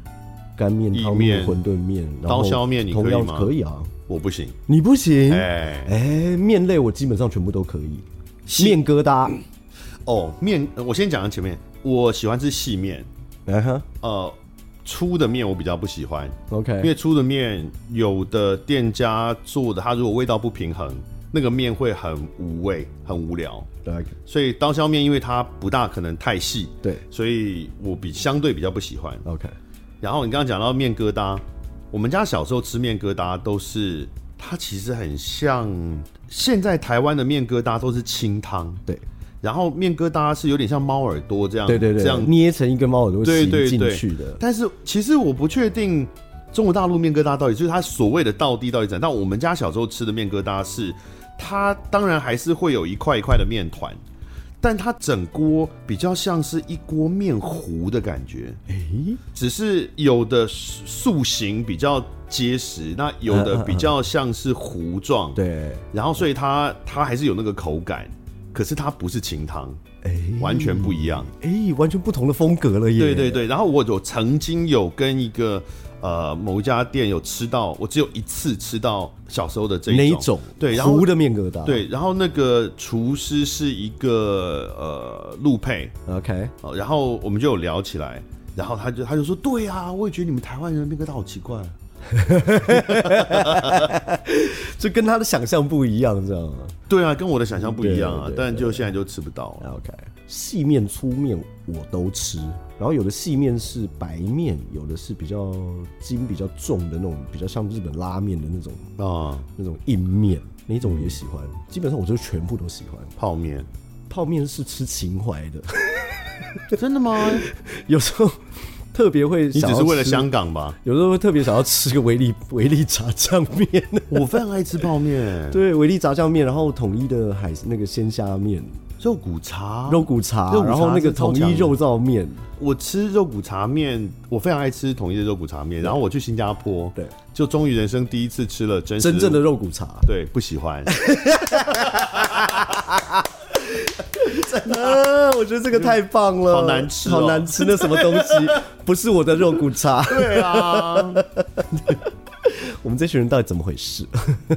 Speaker 2: 干面、
Speaker 1: 意
Speaker 2: 汤面、
Speaker 1: 面
Speaker 2: 馄饨面、然
Speaker 1: 刀
Speaker 2: 后
Speaker 1: 削面你可以
Speaker 2: 同样
Speaker 1: 吗
Speaker 2: 可以啊，
Speaker 1: 我不行，
Speaker 2: 你不行。哎、
Speaker 1: 哎，
Speaker 2: 面类我基本上全部都可以，面疙瘩，
Speaker 1: 哦，面，呃我先讲到前面，我喜欢吃细面，
Speaker 2: 啊哈，
Speaker 1: 呃，粗的面我比较不喜欢，因
Speaker 2: Uh-huh OK，
Speaker 1: 为粗的面有的店家做的，它如果味道不平衡，那个面会很无味、很无聊。
Speaker 2: 对
Speaker 1: 所以刀削面因为它不大可能太细，
Speaker 2: 对
Speaker 1: 所以我比相对比较不喜欢。
Speaker 2: ，OK，
Speaker 1: 然后你刚刚讲到面疙瘩，我们家小时候吃面疙瘩都是它其实很像现在台湾的面疙瘩都是清汤，
Speaker 2: 对
Speaker 1: 然后面疙瘩是有点像猫耳朵这样，
Speaker 2: 对对对，
Speaker 1: 嗯这样
Speaker 2: 捏成一根猫耳朵
Speaker 1: 对
Speaker 2: 吸
Speaker 1: 对
Speaker 2: 进
Speaker 1: 对
Speaker 2: 去的，
Speaker 1: 但是其实我不确定中国大陆面疙瘩到底就是它所谓的道地到底怎样。但我们家小时候吃的面疙瘩是，它当然还是会有一块一块的面团，但它整锅比较像是一锅面糊的感觉，
Speaker 2: 诶，
Speaker 1: 只是有的塑形比较结实，那有的比较像是糊状。，
Speaker 2: 对，
Speaker 1: 然后所以它它还是有那个口感，可是它不是清汤，
Speaker 2: 诶
Speaker 1: 完全不一样。
Speaker 2: 诶，哎完全不同的风格了耶，
Speaker 1: 对对对，然后我有曾经有跟一个呃某一家店有吃到，我只有一次吃到小时候的这
Speaker 2: 哪
Speaker 1: 一
Speaker 2: 一
Speaker 1: 种，
Speaker 2: 种？
Speaker 1: 对然后
Speaker 2: 糊的面疙瘩，
Speaker 1: 对，然后那个厨师是一个呃陆配，
Speaker 2: ，OK，
Speaker 1: 呃然后我们就有聊起来，然后他就他就说，对啊，我也觉得你们台湾人面疙瘩好奇怪啊、
Speaker 2: 这跟他的想象不一样，知道吗
Speaker 1: 对啊，跟我的想象不一样啊
Speaker 2: 对对，对
Speaker 1: 但就现在就吃不到了，
Speaker 2: ？OK，细面、粗面我都吃，然后有的细面是白面，有的是比较筋比较重的那种，比较像日本拉面的那种
Speaker 1: 啊，
Speaker 2: 那种硬面，哪种也喜欢。基本上我就全部都喜欢。
Speaker 1: 泡面，
Speaker 2: 泡面是吃情怀的，
Speaker 1: 真的吗？
Speaker 2: 有时候特别会
Speaker 1: 你
Speaker 2: 想
Speaker 1: 只
Speaker 2: 要
Speaker 1: 是为了
Speaker 2: 吃，
Speaker 1: 香港吧？
Speaker 2: 有时候会特别想要吃个维力维力炸酱面。
Speaker 1: 我非常爱吃泡面，
Speaker 2: 对，维力炸酱面，然后统一的海那个鲜虾面、
Speaker 1: 肉骨茶，
Speaker 2: 肉骨茶，
Speaker 1: 肉骨茶
Speaker 2: 然后那个
Speaker 1: 是超
Speaker 2: 统
Speaker 1: 强
Speaker 2: 一
Speaker 1: 的
Speaker 2: 肉燥面，
Speaker 1: 我吃肉骨茶面，我非常爱吃统一的肉骨茶面。然后我去新加坡，
Speaker 2: 对，
Speaker 1: 就终于人生第一次吃了真实
Speaker 2: 真正的肉骨茶，
Speaker 1: 对，不喜欢。
Speaker 2: 啊，我觉得这个太棒了，
Speaker 1: 好难吃哦
Speaker 2: 好难吃，那什么东 西？不是我的肉骨茶，
Speaker 1: 对啊，
Speaker 2: 我们这群人到底怎么回事？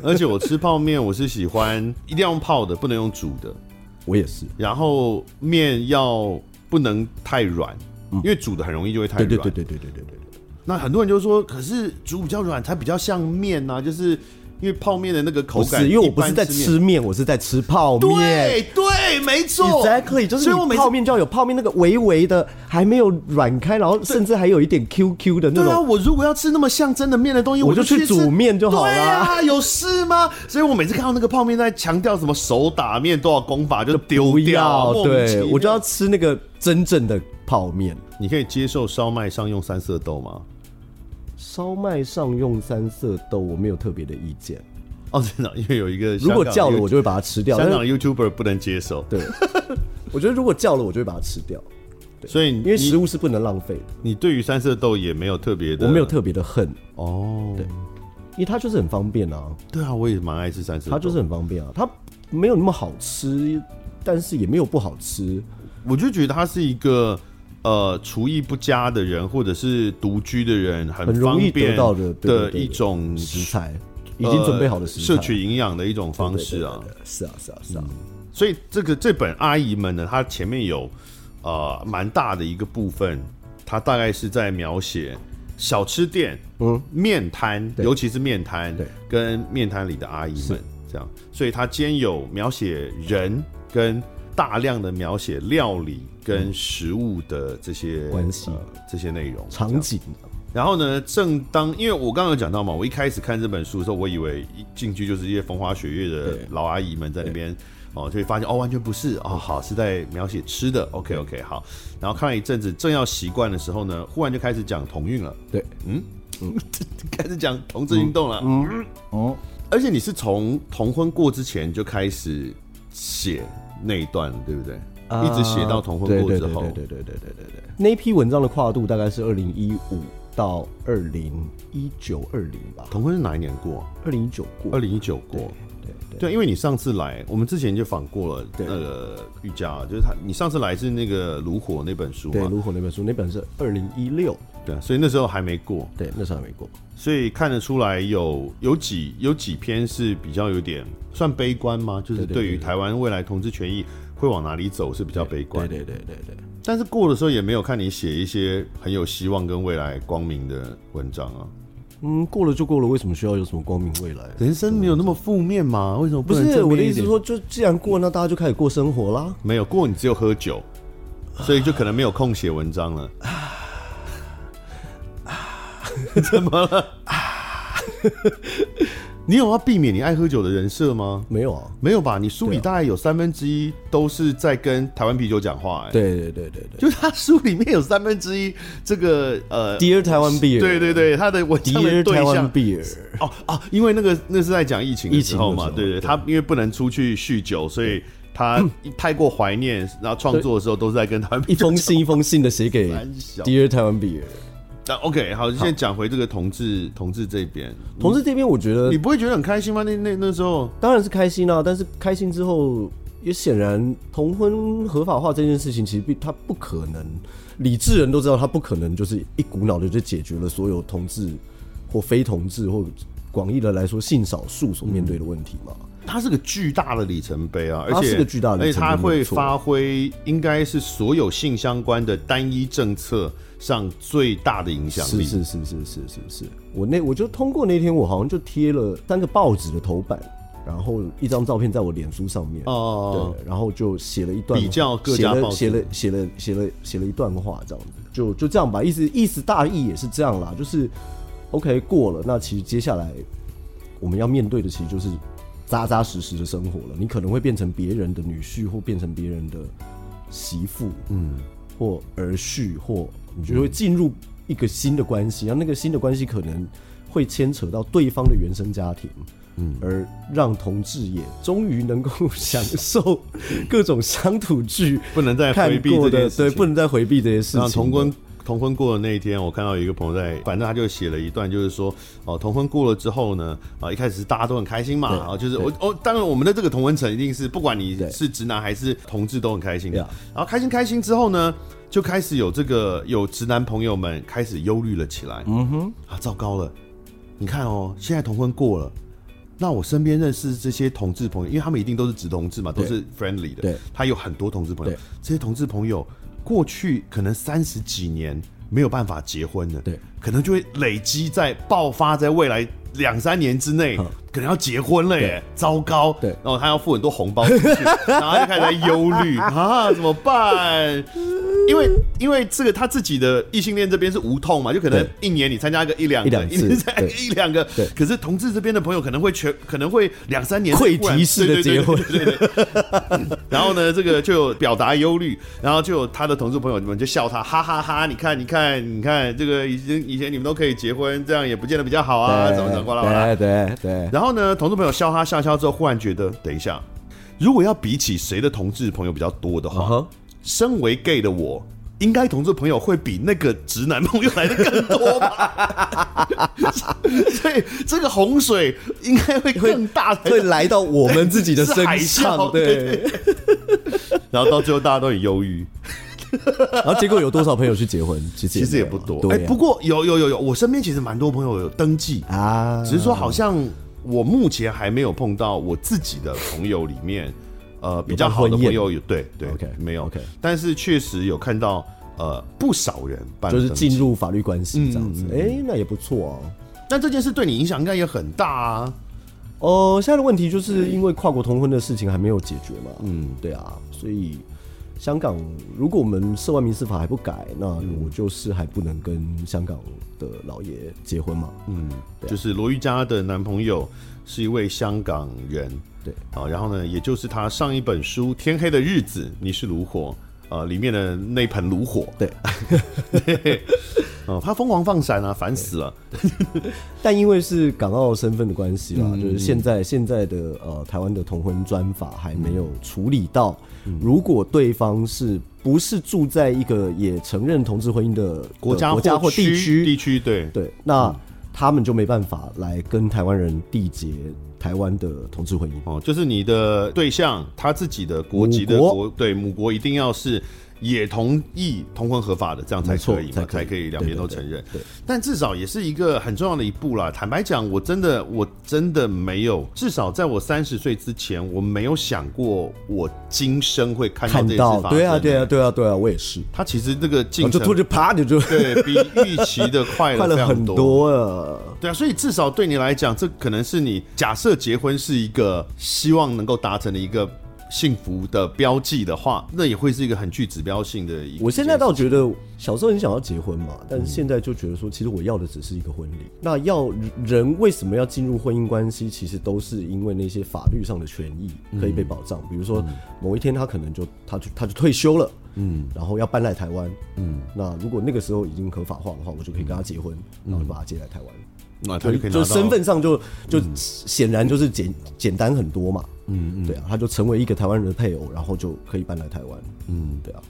Speaker 1: 而且我吃泡面，我是喜欢一定要用泡的，不能用煮的。
Speaker 2: 我也是，
Speaker 1: 然后面要不能太软，因为煮的很容易就会太软。
Speaker 2: 对嗯对对对对对对对对，
Speaker 1: 那很多人就说，可是煮比较软才比较像面啊，就是因为泡面的那个口
Speaker 2: 不
Speaker 1: 感。
Speaker 2: 是，因为我不是在
Speaker 1: 一般
Speaker 2: 吃
Speaker 1: 面。
Speaker 2: 面，我是在吃泡面。
Speaker 1: 对对，没错。
Speaker 2: Exactly，就是
Speaker 1: 所以我
Speaker 2: 你
Speaker 1: 每次
Speaker 2: 泡面就要有泡面那个微微的，还没有软开，然后甚至还有一点 QQ 的那
Speaker 1: 对啊，
Speaker 2: 种。
Speaker 1: 我如果要吃那么像真的面的东西，
Speaker 2: 我
Speaker 1: 我
Speaker 2: 就去
Speaker 1: 吃
Speaker 2: 煮面就好啦
Speaker 1: 对啊，有事吗？所以我每次看到那个泡面在强调什么手打面多少功法，就丢
Speaker 2: 不
Speaker 1: 掉。
Speaker 2: 要，
Speaker 1: 啊莫名其
Speaker 2: 对
Speaker 1: 妙
Speaker 2: 我就要吃那个真正的泡面。
Speaker 1: 你可以接受烧麦上用三色豆吗？
Speaker 2: 烧麦上用三色豆，我没有特别的意见。
Speaker 1: 哦，真的，因为有一个
Speaker 2: 如果叫了，我
Speaker 1: 就
Speaker 2: 就会把它吃掉。
Speaker 1: 香
Speaker 2: 但
Speaker 1: 港 YouTuber 不能接受，
Speaker 2: 对，我觉得如果叫了，我就会把它吃掉，
Speaker 1: 所以
Speaker 2: 因为食
Speaker 1: 你
Speaker 2: 物是不能浪费的。
Speaker 1: 你对于三色豆也没有特别的，
Speaker 2: 我没有特别的恨，
Speaker 1: 哦，对
Speaker 2: 因为它就是很方便啊，
Speaker 1: 对啊，我也蛮爱吃三色豆，
Speaker 2: 它就是很方便啊，它没有那么好吃，但是也没有不好吃。
Speaker 1: 我就觉得他是一个呃厨艺不佳的人，或者是独居的人，很
Speaker 2: 很容易
Speaker 1: 方便
Speaker 2: 得到的对对对
Speaker 1: 一种
Speaker 2: 食材已经准备好的食材，
Speaker 1: 呃摄取营养的一种方式啊。
Speaker 2: 对对对对是啊，是啊，是啊。
Speaker 1: 所以这个这本阿姨们呢，它前面有呃蛮大的一个部分，它大概是在描写小吃店、嗯面摊，
Speaker 2: 对
Speaker 1: 尤其是面摊
Speaker 2: 对
Speaker 1: 跟面摊里的阿姨们这样，所以它兼有描写人跟大量的描写料理跟食物的这些
Speaker 2: 嗯关系
Speaker 1: 呃这些内容
Speaker 2: 场景
Speaker 1: 然后呢，正当因为我刚刚有讲到嘛，我一开始看这本书的时候，我以为一进去就是一些风花雪月的老阿姨们在那边哦，就会发现哦，完全不是哦，好是在描写吃的。OK OK 好，然后看了一阵子，正要习惯的时候呢，忽然就开始讲同运了，
Speaker 2: 对，
Speaker 1: 开始讲同志运动了。嗯
Speaker 2: 哦，
Speaker 1: 而且你是从同婚过之前就开始写那一段，对不对？一直写到同婚过之后，
Speaker 2: 呃对对对对对对对对对。那一批文章的跨度大概是二零一五到二零一九二零吧，
Speaker 1: 同婚是哪一年过？
Speaker 2: 二零一九过
Speaker 1: 二，零一九过。
Speaker 2: 对对
Speaker 1: 对，因为你上次来，我们之前就访过了那个瑜伽，就是他，你上次来是那个《炉火》那本书
Speaker 2: 对，
Speaker 1: 嘛，
Speaker 2: 炉火那本书，那本是二零一六，
Speaker 1: 对啊，所以那时候还没过，
Speaker 2: 对，那时候还没过。
Speaker 1: 所以看得出来有有几有几篇是比较有点算悲观吗？就是
Speaker 2: 对对
Speaker 1: 对于台湾未来同志权益会往哪里走是比较悲观
Speaker 2: 对。对对对对，
Speaker 1: 但是过的时候也没有看你写一些很有希望跟未来光明的文章啊。
Speaker 2: 嗯，过了就过了，为什么需要有什么光明未来？
Speaker 1: 人生没有那么负面吗？为什么
Speaker 2: 不
Speaker 1: 能
Speaker 2: 是
Speaker 1: 正面
Speaker 2: 我的
Speaker 1: 一
Speaker 2: 意思
Speaker 1: 点
Speaker 2: 是，说，就既然过，那大家就开始过生活啦。
Speaker 1: 没有过你只有喝酒，
Speaker 2: 啊
Speaker 1: 所以就可能没有空写文章 了。怎么了？你有要避免你爱喝酒的人设吗？
Speaker 2: 没有啊，
Speaker 1: 没有吧？你书里
Speaker 2: 对啊
Speaker 1: 大概有三分之一都是在跟台湾啤酒讲话、哎，，
Speaker 2: 对对对对对
Speaker 1: 就是他书里面有三分之一这个呃，
Speaker 2: ，Dear 台湾 Beer，
Speaker 1: 对对对，他的文章的
Speaker 2: Dear
Speaker 1: 对
Speaker 2: 台
Speaker 1: 象
Speaker 2: 湾 Beer，
Speaker 1: 哦啊，因为那个那是在讲疫情的时候嘛，
Speaker 2: 疫情的时候
Speaker 1: 对对，
Speaker 2: 对
Speaker 1: 他因为不能出去酗酒，所以他太过怀念，然后创作的时候都是在跟他 们
Speaker 2: 一封信一封信的 写给
Speaker 1: 蛮小
Speaker 2: Dear 台湾 Beer。
Speaker 1: 但啊 OK，好，现在讲回这个同志同志这边，
Speaker 2: 同志这边，我觉得
Speaker 1: 你不会觉得很开心吗？那那那时候，
Speaker 2: 当然是开心啊，但是开心之后，也显然同婚合法化这件事情，其实并它不可能，理智人都知道，它不可能就是一股脑的就解决了所有同志或非同志或广义的来说性少数所面对的问题嘛。
Speaker 1: 它是个巨大的里程碑啊，而
Speaker 2: 它
Speaker 1: 且
Speaker 2: 是个巨大的
Speaker 1: 而
Speaker 2: 里
Speaker 1: 且
Speaker 2: 程碑
Speaker 1: 它会
Speaker 2: 没错
Speaker 1: 发挥应该是所有性相关的单一政策上最大的影响
Speaker 2: 是
Speaker 1: 力。
Speaker 2: 是是是是是是，我那我就通过那天，我好像就贴了三个报纸的头版，然后一张照片在我脸书上面。
Speaker 1: 哦，
Speaker 2: 对，然后就写了一段
Speaker 1: 比较各家报纸
Speaker 2: 写了写了写了写了写了一段话，这样子就就这样吧，意思意思大意也是这样啦，就是 OK 过了，那其实接下来我们要面对的其实就是扎扎实实的生活了，你可能会变成别人的女婿或变成别人的媳妇，嗯，或儿婿，或
Speaker 1: 嗯
Speaker 2: 你就会进入一个新的关系，然后那个新的关系可能会牵扯到对方的原生家庭，嗯，而让同志也终于能够享受各种乡土剧
Speaker 1: 不能再回
Speaker 2: 看
Speaker 1: 避
Speaker 2: 过
Speaker 1: 这件
Speaker 2: 的，
Speaker 1: 事情
Speaker 2: 对，不能再回避这些事
Speaker 1: 那
Speaker 2: 情。
Speaker 1: 同婚同婚过的那一天，我看到有一个朋友在，反正他就写了一段，就是说，哦，同婚过了之后呢，啊、一开始大家都很开心嘛，
Speaker 2: 对
Speaker 1: 啊，就是
Speaker 2: 对
Speaker 1: 我哦，当然我们的这个同温层一定是不管你
Speaker 2: 对
Speaker 1: 是直男还是同志都很开心的
Speaker 2: Yeah
Speaker 1: 然后开心开心之后呢，就开始有这个有直男朋友们开始忧虑了起来，嗯哼，啊，糟糕了，你看哦，现在同婚过了。那我身边认识这些同志朋友，因为他们一定都是直同志嘛，都
Speaker 2: 对
Speaker 1: 是 friendly 的。
Speaker 2: 对
Speaker 1: 他有很多同志朋友
Speaker 2: 对，
Speaker 1: 这些同志朋友过去可能三十几年没有办法结婚了，
Speaker 2: 对，
Speaker 1: 可能就会累积在爆发，在未来两三年之内
Speaker 2: 嗯，
Speaker 1: 可能要结婚了耶，糟糕，
Speaker 2: 对
Speaker 1: 然后他要付很多红包出去， 然后他就开始在忧虑啊，怎么办？因为因为这个他自己的异性恋这边是无痛嘛，就可能
Speaker 2: 对
Speaker 1: 一年你参加个一两个，
Speaker 2: 一两次
Speaker 1: 年参加个
Speaker 2: 对
Speaker 1: 一两个
Speaker 2: 对，
Speaker 1: 可是同志这边的朋友可能会全可能会两三年
Speaker 2: 溃堤式的结婚
Speaker 1: 对对对对对对 然后呢，这个就有表达忧虑，然后就有他的同事朋友们就笑他，哈哈哈你看，你看，你看，这个以前以前你们都可以结婚，这样也不见得比较好啊，
Speaker 2: 对
Speaker 1: 怎么怎么呱啦呱啦。
Speaker 2: 对对对，
Speaker 1: 然后呢，同事朋友笑他笑笑之后，忽然觉得，等一下，如果要比起谁的同志朋友比较多的话
Speaker 2: 嗯哼
Speaker 1: 身为 gay 的我。应该同志朋友会比那个直男朋友来的更多吧， 所以这个洪水应该会更大才对
Speaker 2: 会来到我们自己的 身
Speaker 1: 是海
Speaker 2: 上，
Speaker 1: 啸
Speaker 2: 对。
Speaker 1: 然后到最后大家都很忧郁，
Speaker 2: 然后结果有多少朋友去结婚？其实
Speaker 1: 其实也
Speaker 2: 没有
Speaker 1: 不多。哎、
Speaker 2: 对啊，
Speaker 1: 不过有有有有，我身边其实蛮多朋友有登记，
Speaker 2: 啊，
Speaker 1: 只是说好像我目前还没有碰到我自己的朋友里面，呃，比较好的朋友有对对
Speaker 2: OK，
Speaker 1: 没有
Speaker 2: OK
Speaker 1: 但是确实有看到呃不少人办
Speaker 2: 就是
Speaker 1: 登记
Speaker 2: 进入法律关系这样子，哎、那也不错哦。
Speaker 1: 但这件事对你影响应该也很大啊。
Speaker 2: 哦、现在的问题就是因为跨国同婚的事情还没有解决嘛，嗯，对啊，所以香港如果我们涉外民事法还不改，那我就是还不能跟香港的老爷结婚嘛，嗯，
Speaker 1: 就是罗玉佳的男朋友是一位香港人，
Speaker 2: 对，
Speaker 1: 啊，然后呢，也就是他上一本书《天黑的日子》，你是炉火，呃，里面的那盆炉火，
Speaker 2: 对，
Speaker 1: 哦、他疯狂放闪啊，烦死了。
Speaker 2: 但因为是港澳身份的关系啦，就是现在现在的呃台湾的同婚专法还没有处理到，如果对方是不是住在一个也承认同志婚姻的
Speaker 1: 国家
Speaker 2: 的国家或
Speaker 1: 地
Speaker 2: 地
Speaker 1: 地
Speaker 2: 区，
Speaker 1: 区对，
Speaker 2: 对，那他们就没办法来跟台湾人缔结台湾的同志婚姻。
Speaker 1: 哦，就是你的对象他自己的国籍的
Speaker 2: 母
Speaker 1: 国
Speaker 2: 国
Speaker 1: 对母国一定要是也同意同婚合法的，这样才
Speaker 2: 没错
Speaker 1: 可以嘛，
Speaker 2: 才可以
Speaker 1: 才可以两边都
Speaker 2: 对对
Speaker 1: 承认。
Speaker 2: 对
Speaker 1: 但至少也是一个很重要的一步啦。坦白讲，我真的我真的没有，至少在我三十岁之前，我没有想过我今生会看到
Speaker 2: 看
Speaker 1: 哦这件
Speaker 2: 到
Speaker 1: 事，发生。
Speaker 2: 对啊，对啊，，对啊，对啊，我也是，
Speaker 1: 他其实这个进
Speaker 2: 我就
Speaker 1: 程
Speaker 2: 突然就啪你就
Speaker 1: 对比预期的 快
Speaker 2: 快
Speaker 1: 了非
Speaker 2: 乐
Speaker 1: 常
Speaker 2: 很多了。
Speaker 1: 对啊，所以至少对你来讲，这可能是你假设结婚是一个希望能够达成的一个幸福的标记的话，那也会是一个很具指标性的一个。
Speaker 2: 我现在倒觉得，小时候很想要结婚嘛，但
Speaker 1: 嗯
Speaker 2: 是现在就觉得说，其实我要的只是一个婚礼。那要人为什么要进入婚姻关系？其实都是因为那些法律上的权益可
Speaker 1: 嗯
Speaker 2: 以被保障，比如说某一天他可能就他就他就退休了，嗯，然后要搬来台湾，嗯，那如果那个时候已经合法化的话，我就可以跟他结婚，然后就把他接来台湾。
Speaker 1: 嗯那他就可以拿到嗯
Speaker 2: 就身份上就就显然就是简简单很多嘛，嗯嗯，对啊，他就成为一个台湾人的配偶，然后就可以搬来台湾，嗯，对啊，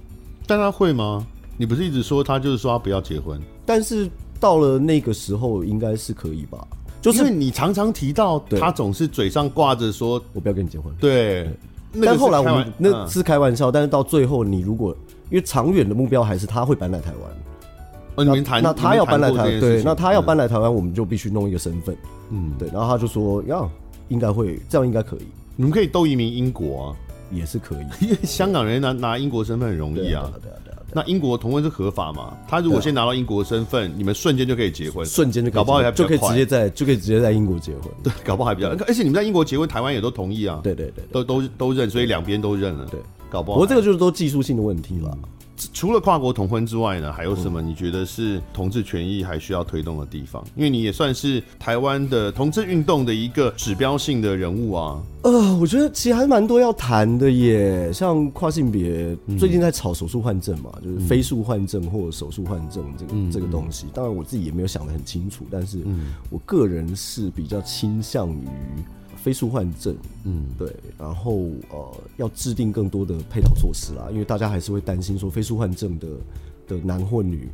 Speaker 1: 但他会吗？你不是一直说他就是说他不要结婚，
Speaker 2: 但是到了那个时候应该是可以吧？就
Speaker 1: 因为
Speaker 2: 是
Speaker 1: 你常常提到
Speaker 2: 对
Speaker 1: 他总是嘴上挂着说
Speaker 2: 我不要跟你结婚，
Speaker 1: 对，那个
Speaker 2: 但
Speaker 1: 是
Speaker 2: 后来我
Speaker 1: 开玩
Speaker 2: 们那
Speaker 1: 嗯
Speaker 2: 是开玩笑，但是到最后你如果因为长远的目标还是他会搬来台湾，
Speaker 1: 哦，你们谈
Speaker 2: 那他要搬来台
Speaker 1: 湾，
Speaker 2: 湾，对，那他要
Speaker 1: 嗯
Speaker 2: 搬来台湾，我们就必须弄一个身份，嗯，对，然后他就说呀，应该会这样应该可以，
Speaker 1: 你们可以都移民英国啊，
Speaker 2: 也是可以，
Speaker 1: 因为香港人拿拿英国身份很容易
Speaker 2: 对
Speaker 1: 啊
Speaker 2: 啊。对啊对啊。
Speaker 1: 那英国同婚是合法嘛？他如果先拿到英国身份，你们瞬间就可以结婚，
Speaker 2: 瞬间就可以
Speaker 1: 搞不好还比较
Speaker 2: 就可以
Speaker 1: 快
Speaker 2: 直接在就可以直接在英国结婚。
Speaker 1: 对，搞不好还比较，而且你们在英国结婚，台湾也都同意啊，，
Speaker 2: 对对对
Speaker 1: 都
Speaker 2: 对，
Speaker 1: 都都认，所以两边都认了，
Speaker 2: 对，
Speaker 1: 搞不
Speaker 2: 不
Speaker 1: 好。
Speaker 2: 过这个就是都技术性的问题了。
Speaker 1: 除了跨国同婚之外呢，还有什
Speaker 2: 嗯
Speaker 1: 么你觉得是同志权益还需要推动的地方？因为你也算是台湾的同志运动的一个指标性的人物啊，
Speaker 2: 呃，我觉得其实还蛮多要谈的耶，像跨性别最近在炒手术患症嘛，就是非术患症或者手术患症这个、这个东西。当然我自己也没有想得很清楚，但是我个人是比较倾向于非术患症，嗯，对。然后呃，要制定更多的配套措施啦，因为大家还是会担心说非术患症的的男或女。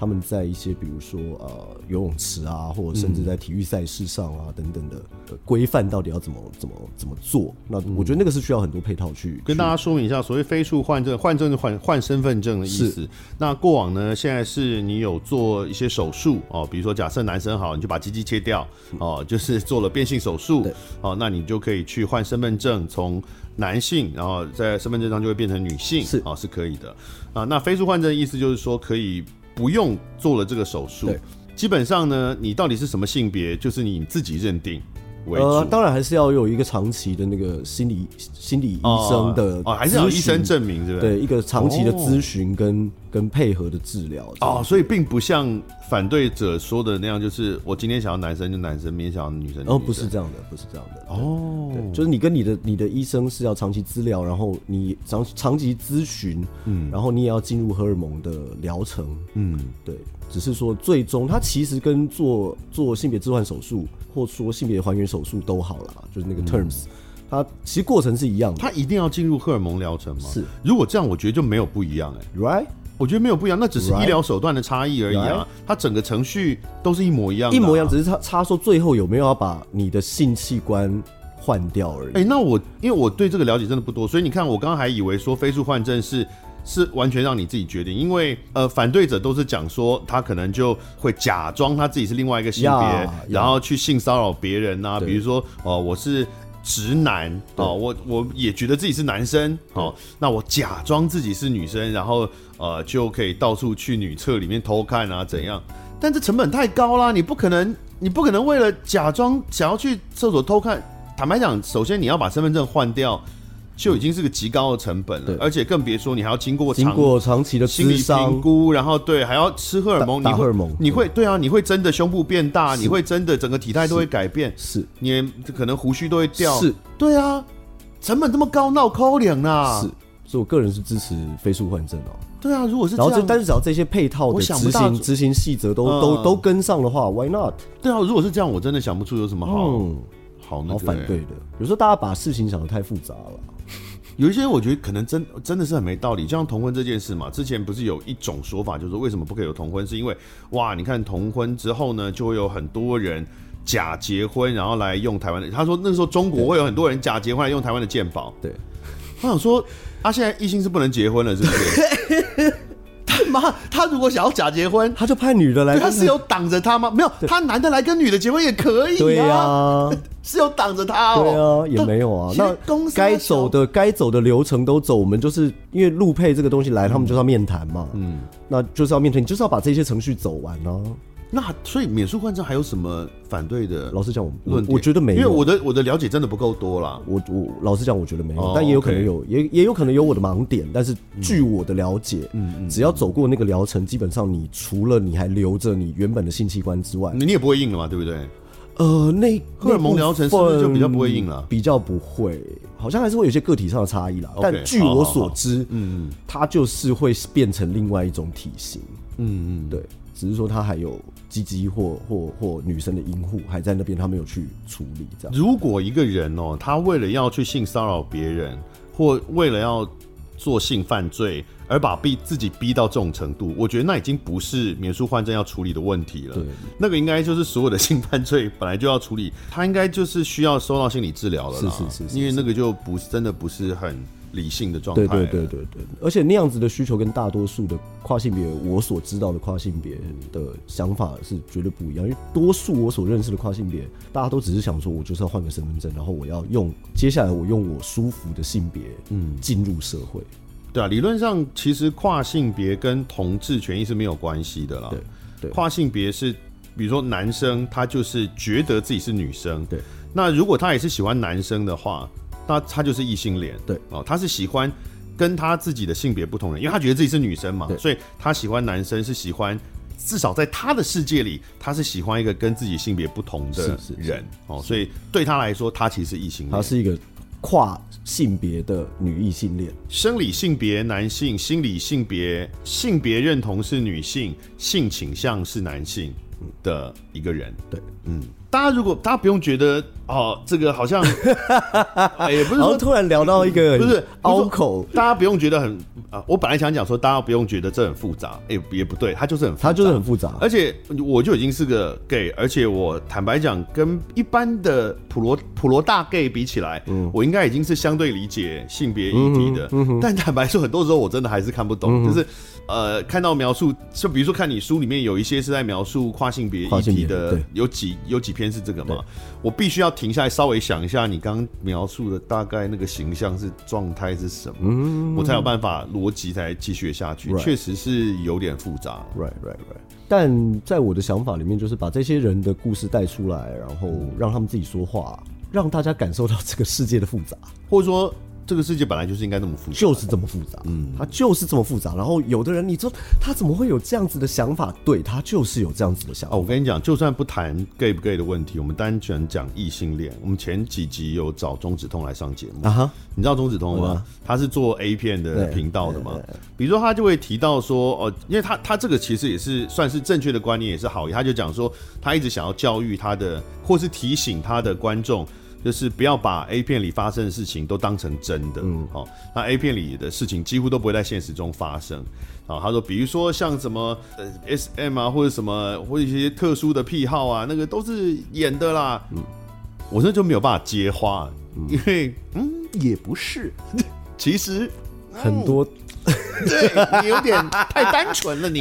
Speaker 2: 他们在一些比如说呃游泳池啊，或者甚
Speaker 1: 嗯
Speaker 2: 至在体育赛事上啊、等等的呃规范，到底要怎么怎么怎么做？那我觉得那个是需要很多配套去
Speaker 1: 嗯跟大家说明一下，所谓非术换证，换证是换换身份证的意思。那过往呢，现在是你有做一些手术哦，比如说假设男生好，你就把鸡鸡切掉哦，就是做了变性手术
Speaker 2: 嗯对
Speaker 1: 哦，那你就可以去换身份证，从男性，然后在身份证上就会变成女性，
Speaker 2: 是
Speaker 1: 哦，是可以的啊。那非术换证的意思就是说可以不用做了这个手术
Speaker 2: 对，
Speaker 1: 基本上呢，你到底是什么性别，就是你自己认定为主。
Speaker 2: 呃，当然还是要有一个长期的那个心理心理医生的
Speaker 1: 哦哦，还是要有
Speaker 2: 咨
Speaker 1: 医
Speaker 2: 询
Speaker 1: 生证明，对不对？
Speaker 2: 对一个长期的
Speaker 1: 哦
Speaker 2: 咨询跟、跟配合的治疗
Speaker 1: 哦，所以并不像反对者说的那样，就是我今天想要男生就男生，明天想要女生就女生。
Speaker 2: 然后哦不是这样的，不是这样的对
Speaker 1: 哦，
Speaker 2: 对，就是你跟你的你的医生是要长期资料，然后你长长期咨询，嗯，然后你也要进入荷尔蒙的疗程，嗯，对，只是说最终它其实跟做做性别置换手术或说性别还原手术都好啦，就是那
Speaker 1: 嗯
Speaker 2: 个 terms，、它其实过程是一样的
Speaker 1: 他一定要进入荷尔蒙疗程吗？
Speaker 2: 是，
Speaker 1: 如果这样，我觉得就没有不一样哎、
Speaker 2: ，right？
Speaker 1: 我觉得没有不一样，那只是
Speaker 2: Right
Speaker 1: 医疗手段的差异而已啊。它整个程序都是一模一样的啊、
Speaker 2: 一模一样，只是差差说最后有没有要把你的性器官换掉而已。
Speaker 1: 哎、那我因为我对这个了解真的不多，所以你看，我刚刚还以为说非术换证是是完全让你自己决定，因为呃，反对者都是讲说他可能就会假装他自己是另外一个性别
Speaker 2: 呀
Speaker 1: 然后去性骚扰别人呐、
Speaker 2: 对
Speaker 1: 比如说哦、我是。直男哦，我我也觉得自己是男生哦，那我假装自己是女生，然后呃就可以到处去女厕里面偷看啊，怎样？但这成本太高啦，你不可能，你不可能为了假装想要去厕所偷看。坦白讲，首先你要把身份证换掉，就已经是个极高的成本了
Speaker 2: 对，
Speaker 1: 而且更别说你还要经过
Speaker 2: 经
Speaker 1: 长
Speaker 2: 过长期的
Speaker 1: 心理
Speaker 2: 咨
Speaker 1: 评
Speaker 2: 商，
Speaker 1: 估，然后对还要吃荷尔蒙，
Speaker 2: 打
Speaker 1: 你
Speaker 2: 打荷
Speaker 1: 会
Speaker 2: 尔蒙
Speaker 1: 你会对啊，你会真的胸部变大，你会真的整个体态都会改变，
Speaker 2: 是
Speaker 1: 你可能胡须都会掉，
Speaker 2: 是，
Speaker 1: 对啊，成本这么高，闹抠脸啦，
Speaker 2: 是，所以我个人是支持非术换证哦、
Speaker 1: 啊对啊，如果是这
Speaker 2: 然后这
Speaker 1: 样，
Speaker 2: 但是只要这些配套
Speaker 1: 我
Speaker 2: 的执
Speaker 1: 想不到
Speaker 2: 行执行细则都、
Speaker 1: 嗯
Speaker 2: 都都跟上的话，Why not？
Speaker 1: 对啊，如果是这样，我真的想不出有什么好、
Speaker 2: 嗯，
Speaker 1: 好那
Speaker 2: 好
Speaker 1: 个、
Speaker 2: 反对的。有时候大家把事情想的太复杂了，
Speaker 1: 有一些我觉得可能真真的是很没道理，就像同婚这件事嘛，之前不是有一种说法，就是说为什么不可以有同婚，是因为哇，你看同婚之后呢，就会有很多人假结婚，然后来用台湾的。他说那时候中国会有很多人假结婚来用台湾的健保。
Speaker 2: 对，
Speaker 1: 他想说啊，现在异性是不能结婚了，是不是？他妈，他如果想要假结婚，
Speaker 2: 他就派女的来，嗯
Speaker 1: 他是有挡着他吗？没有，他男的来跟女的结婚也可以、啊，
Speaker 2: 对呀、啊，
Speaker 1: 是有挡着他
Speaker 2: 哦，对啊，也没有啊。那
Speaker 1: 公
Speaker 2: 该走的该走的流程都走，我们就是因为陆配这个东西来，他们就是要面谈嘛，嗯，那就是要面谈，你就是要把这些程序走完呢、啊。
Speaker 1: 那所以免术换证还有什么反对的？
Speaker 2: 老实讲，我
Speaker 1: 论
Speaker 2: 我觉得没有，啊
Speaker 1: 因为我的我的了解真的不够多啦。
Speaker 2: 我我老实讲，我觉得没
Speaker 1: 哦
Speaker 2: 有，但也有可能有，也也有可能有我的盲点。但是
Speaker 1: 嗯
Speaker 2: 据我的了解，嗯，只要走过那个疗程，基本上你除了你还留着你原本的性器官之外，
Speaker 1: 你也不会硬了嘛，对不对？
Speaker 2: 呃，那
Speaker 1: 荷尔蒙疗程是不是就比较不会硬了？
Speaker 2: 比较不会，好像还是会有些个体上的差异啦。但据我所知，嗯，它就是会变成另外一种体型。嗯嗯，对。只是说他还有鸡鸡或或或女生的阴户还在那边，他没有去处理。这样，
Speaker 1: 如果一个人哦，他为了要去性骚扰别人，或为了要做性犯罪，而把逼自己逼到这种程度，我觉得那已经不是免诉换证要处理的问题了。
Speaker 2: 对，
Speaker 1: 那个应该就是所有的性犯罪本来就要处理，他应该就是需要受到心理治疗了
Speaker 2: 啦。是是,是是是，
Speaker 1: 因为那个就不真的不是很。理性的状
Speaker 2: 态，对对对对对，而且那样子的需求跟大多数的跨性别，我所知道的跨性别的想法是绝对不一样。因为多数我所认识的跨性别，大家都只是想说，我就是要换个身份证，然后我要用接下来我用我舒服的性别，嗯，进入社会。
Speaker 1: 对啊，理论上其实跨性别跟同志权益是没有关系的啦。
Speaker 2: 对对，
Speaker 1: 跨性别是比如说男生他就是觉得自己是女生，
Speaker 2: 对，
Speaker 1: 那如果他也是喜欢男生的话。那他就是异性恋，
Speaker 2: 对
Speaker 1: 哦，他是喜欢跟他自己的性别不同人，因为他觉得自己是女生嘛，所以他喜欢男生是喜欢，至少在他的世界里，他是喜欢一个跟自己性别不同的人哦，所以对他来说，他其实是异性恋，
Speaker 2: 他是一个跨性别的女异性恋，
Speaker 1: 生理性别男性，心理性别性别认同是女性，性倾向是男性的一个人，
Speaker 2: 对，
Speaker 1: 嗯。大家如果大家不用觉得哦，这个好 像欸、也不是说
Speaker 2: 突然聊到一个
Speaker 1: 不是
Speaker 2: 凹口，
Speaker 1: 大家不用觉得很啊、呃。我本来想讲说，大家不用觉得这很复杂，哎、欸，也不对，它就是很
Speaker 2: 它就是很复杂。
Speaker 1: 而且我就已经是个 gay，而且我坦白讲，跟一般的普罗普罗大 gay 比起来，嗯、我应该已经是相对理解性别议题的。嗯嗯、但坦白说，很多时候我真的还是看不懂，就是呃，看到描述，就比如说看你书里面有一些是在描述跨性别议题的，有几有几。偏是这个嘛？我必须要停下来稍微想一下，你刚刚描述的大概那个形象是状态是什么，嗯、我才有办法逻辑才继续下去。确实是有点复杂
Speaker 2: ，right right right。但在我的想法里面，就是把这些人的故事带出来，然后让他们自己说话，让大家感受到这个世界 的复杂，
Speaker 1: 或者说。这个世界本来就是应该这么复杂，
Speaker 2: 就是这么复杂，嗯，它就是这么复杂。然后有的人，你说他怎么会有这样子的想法？对他就是有这样子的想法。
Speaker 1: 哦，我跟你讲，就算不谈 gay 不 gay 的问题，我们单纯讲异性恋。我们前几集有找中指通来上节目
Speaker 2: 啊哈，
Speaker 1: 你知道中指通吗？他是做 A 片的频道的嘛？比如说他就会提到说，哦，因为他他这个其实也是算是正确的观念，也是好意。他就讲说，他一直想要教育他的，或是提醒他的观众。就是不要把 A 片里发生的事情都当成真的，嗯，好、哦，那 A 片里的事情几乎都不会在现实中发生。啊、哦，他说，比如说像什么呃 SM 啊，或者什么，或者一些特殊的癖好啊，那个都是演的啦。嗯，我这就没有办法接话，嗯、因为嗯，也不是，其实、
Speaker 2: 嗯、很多。
Speaker 1: 对你有点太单纯 了你，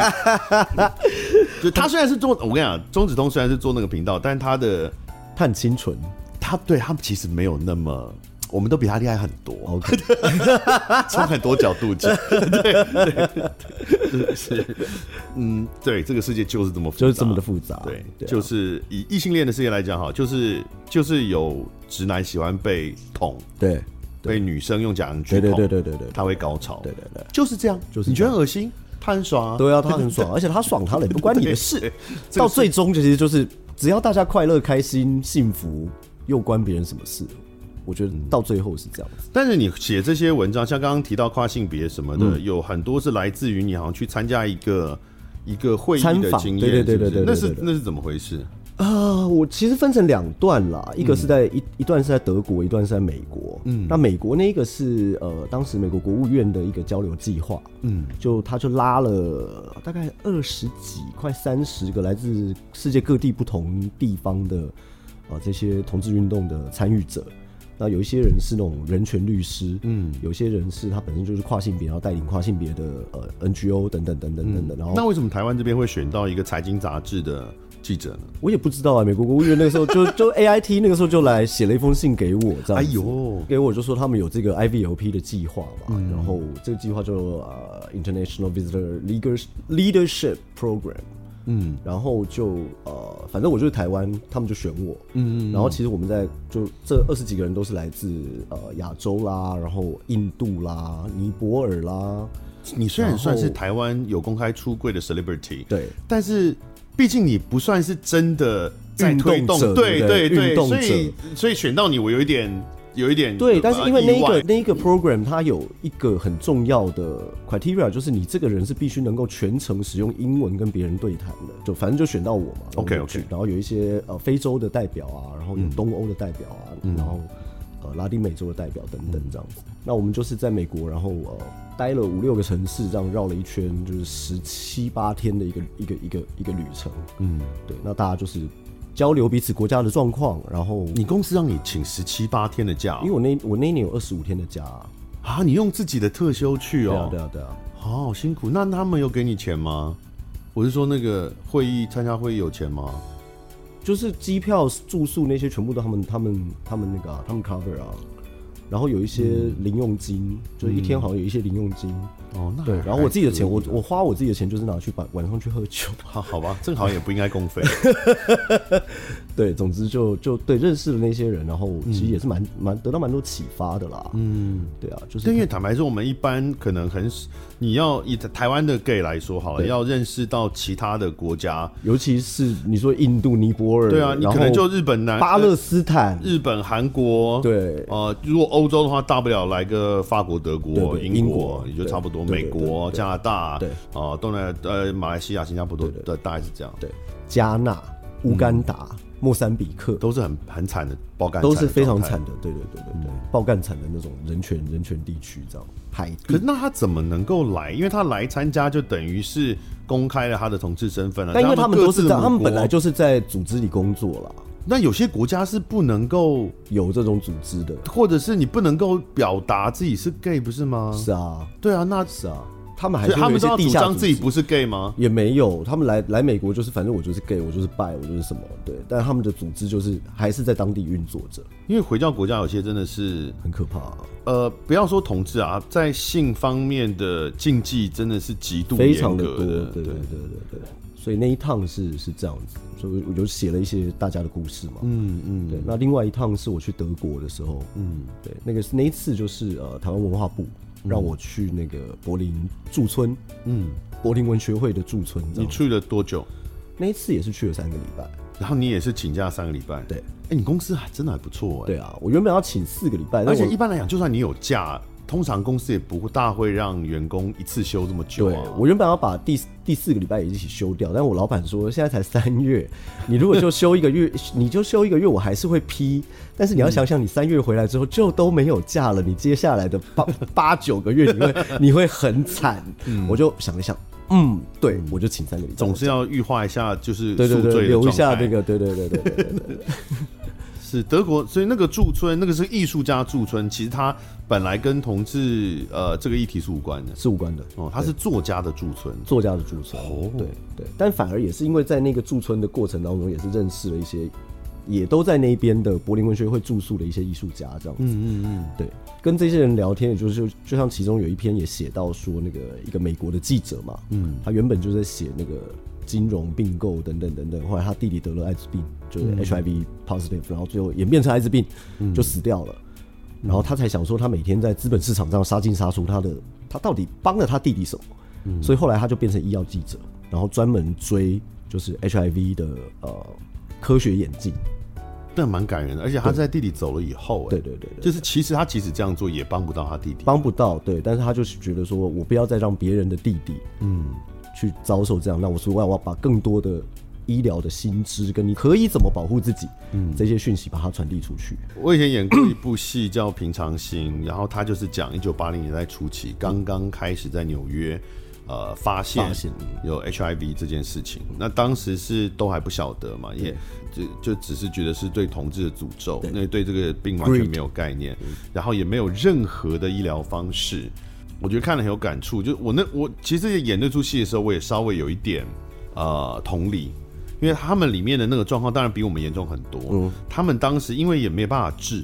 Speaker 1: 你就他虽然是做，我跟你讲，钟子通虽然是做那个频道，但他的
Speaker 2: 他很清纯。
Speaker 1: 他嗯对他们其实没有那么，我们都比他厉害很多， 从很多角度 讲，对对是，嗯，对，这个世界就是这么
Speaker 2: 就是这么的复杂，
Speaker 1: 对，對啊、就是以异性恋的世界来讲哈，就是就是有直男喜欢被捅，
Speaker 2: 对，
Speaker 1: 被女生用假阳
Speaker 2: 具对对对对对，
Speaker 1: 他会高潮，
Speaker 2: 对对对，
Speaker 1: 就是这样，
Speaker 2: 就是
Speaker 1: 你觉得恶心，他很爽啊，
Speaker 2: 对啊，他很爽，而且他爽他了也不关你的事，到最终其实就是只要大家快乐、开心、幸福。又关别人什么事？我觉得到最后是这样子。
Speaker 1: 但是你写这些文章，像刚刚提到跨性别什么的，嗯、有很多是来自于你好像去参加一个一个会议的经验，
Speaker 2: 对对对对对,對,對,對，
Speaker 1: 那是那是怎么回事？
Speaker 2: 啊，我其实分成两段啦，一个是在一、嗯、一段是在德国，一段是在美国。嗯，那美国那个是呃，当时美国国务院的一个交流计划，嗯，就他就拉了大概二十几、快三十个来自呃世界各地不同地方的。啊，这些同志运动的参与者，那有一些人是那种人权律师，嗯，有些人是他本身就是跨性别，然后带领跨性别的呃 NGO 等等等等等等。然
Speaker 1: 那
Speaker 2: 后
Speaker 1: 为什么台湾这边会选到一个财经杂志的记者呢？
Speaker 2: 我也不知道啊，美国国务院那个时候就 就 AIT 那个时候就来写了一封信给我，这样子。
Speaker 1: 哎呦，
Speaker 2: 给我就说他们有这个 IVLP 的计划嘛，
Speaker 1: 嗯
Speaker 2: 然后这个计划叫做呃 International Visitor Leader- Leadership Program，嗯，然后就呃，反正我就是台湾，他们就选我，嗯，然后其实我们在就这二十几个人都是来自呃亚洲啦，然后印度啦、尼泊尔啦，
Speaker 1: 你虽然
Speaker 2: 然后
Speaker 1: 算是台湾有公开出柜的 celebrity，
Speaker 2: 对，
Speaker 1: 但是毕竟你不算是真的在推
Speaker 2: 运
Speaker 1: 动
Speaker 2: 动，者
Speaker 1: 对
Speaker 2: 对不对
Speaker 1: 对，
Speaker 2: 运动
Speaker 1: 所
Speaker 2: 者
Speaker 1: 以所以选到你，我有一点有一点
Speaker 2: 对，
Speaker 1: 呃
Speaker 2: 但是因为那一
Speaker 1: 意
Speaker 2: 个
Speaker 1: 外
Speaker 2: 那一个 program 它有一个很重要的 criteria，就是你这个人是必须能够全程使用英文跟别人对谈的，就反正就选到我嘛。然后
Speaker 1: OK，OK
Speaker 2: 我去然后有一些呃非洲的代表啊，然后有东欧的代表啊，
Speaker 1: 嗯
Speaker 2: 然后呃拉丁美洲的代表等等这样子。那我们就是在美国，然后呃待了五六个城市，这样绕了一圈，就是十七八天的一个一个一个一个旅程。嗯，对，那大家就是交流彼此国家的状况，然后。
Speaker 1: 你公司让你请十七八天的假哦
Speaker 2: 因为我那我那一年有二十五天的假啊、
Speaker 1: 啊，你用自己的特休去
Speaker 2: 对啊
Speaker 1: 哦，，
Speaker 2: 对啊，对啊，
Speaker 1: 好好辛苦。那他们有给你钱吗？我是说那个会议参加会议有钱吗？
Speaker 2: 就是机票、住宿那些全部都他们、他们、他们那个啊、他们 cover 啊。然后有一
Speaker 1: 嗯
Speaker 2: 些零用金，就是一天好像有一些零用金。
Speaker 1: 哦，那
Speaker 2: 对，
Speaker 1: 还
Speaker 2: 然后我自己的
Speaker 1: 可
Speaker 2: 钱，
Speaker 1: 以
Speaker 2: 我我花我自己的钱就是拿去晚晚上去喝酒。
Speaker 1: 好好吧，正好也不应该公费。
Speaker 2: 对，总之就就对认识了那些人，然后其实也是蛮蛮得到蛮多启发的啦。嗯，对啊，就是
Speaker 1: 对，因为坦白说，我们一般可能很，你要以台湾的 gay 来说好了，
Speaker 2: 对
Speaker 1: 要认识到其他的国家，
Speaker 2: 尤其是你说印度、尼泊尔，
Speaker 1: 对啊，你
Speaker 2: 然
Speaker 1: 可
Speaker 2: 后
Speaker 1: 能就日本南
Speaker 2: 巴勒斯坦，
Speaker 1: 日本、韩国，，
Speaker 2: 对，
Speaker 1: 呃，如果欧洲的话，大不了来个法国、德国、
Speaker 2: 对对
Speaker 1: 英
Speaker 2: 英国
Speaker 1: 也就差不多，
Speaker 2: 对对
Speaker 1: 美
Speaker 2: 对
Speaker 1: 国、
Speaker 2: 对对
Speaker 1: 加拿大，
Speaker 2: 对，
Speaker 1: 哦，东南呃，马来西亚、新加坡都对，大概是这样，
Speaker 2: 对，加纳、
Speaker 1: 嗯
Speaker 2: 乌干达、莫桑比克，
Speaker 1: 都是很很惨的爆肝，
Speaker 2: 都是非常
Speaker 1: 惨的状态。嗯
Speaker 2: 惨的，对对对对对，爆干惨的那种人权人权地区这样。海
Speaker 1: 可
Speaker 2: 地
Speaker 1: 是，那他怎么能够来？因为他来参加，就等于是公开了他的同志身份了。啊
Speaker 2: 但因为他们
Speaker 1: 各
Speaker 2: 都是
Speaker 1: 自
Speaker 2: 在，他们
Speaker 1: 母国
Speaker 2: 本来就是在组织里工作啦，
Speaker 1: 那有些国家是不能够，
Speaker 2: 有这种组织的，
Speaker 1: 或者是你不能够表达自己是 gay，不是吗？
Speaker 2: 是啊
Speaker 1: 对啊，那
Speaker 2: 是啊，他们还
Speaker 1: 所以
Speaker 2: 是
Speaker 1: 他们
Speaker 2: 有一
Speaker 1: 都要
Speaker 2: 些
Speaker 1: 主
Speaker 2: 地下
Speaker 1: 张
Speaker 2: 组
Speaker 1: 自己
Speaker 2: 织。
Speaker 1: 不是 gay 吗？
Speaker 2: 也没有，他们来来美国就是，反正我就是 gay，我就是 bi，我就是什么，对。但他们的组织就是还是在当地运作着，
Speaker 1: 因为回教国家有些真的是，
Speaker 2: 很可怕、啊，
Speaker 1: 呃，不要说同志啊，在性方面的禁忌真的是极度
Speaker 2: 非
Speaker 1: 严
Speaker 2: 常的
Speaker 1: 格
Speaker 2: 多，对对对对对。所以那一趟是是这样子，所以我就写了一些大家的故事嘛，
Speaker 1: 嗯嗯，
Speaker 2: 对，那另外一趟是我去德国的时候，嗯，对，那个是那一次就是呃，台湾文化部
Speaker 1: 嗯
Speaker 2: 让我去那个柏林驻村，嗯，柏林文学会的驻村，这
Speaker 1: 你
Speaker 2: 样
Speaker 1: 去哎了多久？
Speaker 2: 那一次也是去了三个礼拜，
Speaker 1: 然后你也是请假三个礼拜。
Speaker 2: 对
Speaker 1: 哎、你公司还真的还不错哎、
Speaker 2: 对啊，我原本要请四个礼拜，但
Speaker 1: 而且
Speaker 2: 我
Speaker 1: 一般来讲，就算你有假，通常公司也不大会让员工一次休这么久
Speaker 2: 对
Speaker 1: 啊。
Speaker 2: 我原本要把第第四个礼拜也一起休掉，但我老板说现在才三月，你如果就休一个月，你就休一个月，我还是会批。但是你要想想，你三月回来之后就都没有假了，你接下来的八八九个月，你会你会很惨。我就想了想，嗯，对，我就请三个礼拜，
Speaker 1: 总是要预化一下，就是
Speaker 2: 对对
Speaker 1: 宿
Speaker 2: 对，
Speaker 1: 醉的
Speaker 2: 留一下
Speaker 1: 状态
Speaker 2: 那个，对对对对对对对对
Speaker 1: 是德国，所以那个驻村，那个是艺术家驻村，其实他本来跟同志呃这个议题是无关的
Speaker 2: 是无关的。
Speaker 1: 哦，他是作家的驻村，
Speaker 2: 作家的驻村。
Speaker 1: 哦
Speaker 2: 对对，但反而也是因为在那个驻村的过程当中，也是认识了一些，也都在那边的柏林文学会住宿的一些艺术家这样子。嗯嗯嗯，对，跟这些人聊天，也就是就像其中有一篇也写到说，那个一个美国的记者嘛，嗯，他原本就在写那个。金融并购等等等等，后来他弟弟得了艾滋病，就是 HIV positive，、然后最后演变成艾滋病，就死掉了。然后他才想说，他每天在资本市场上杀进杀出，他的他到底帮了他弟弟什么？所以后来他就变成医药记者，然后专门追就是 HIV 的呃科学演进。
Speaker 1: 那蛮感人的。而且他在弟弟走了以后、哎
Speaker 2: 对对对对，
Speaker 1: 就是其实他即使这样做也帮不到他弟弟。
Speaker 2: 帮不到对，但是他就是觉得说我不要再让别人的弟弟嗯去遭受这样，那我说我要把更多的医疗的新知跟你可以怎么保护自己嗯这些讯息把它传递出去。
Speaker 1: 我以前演过一部戏叫《平常心》，然后他就是讲一九八零年代初期刚刚开始在纽约。呃发现
Speaker 2: 发现
Speaker 1: 有 HIV 这件事情。那当时是都还不晓得嘛，也就就只是觉得是对同志的诅咒，那对这个病完全没有概念，然后也没有任何的医疗方式。我觉得看了很有感触，就我那我其实演那出戏的时候，我也稍微有一点呃同理，因为他们里面的那个状况当然比我们严重很多。他们当时因为也没办法治，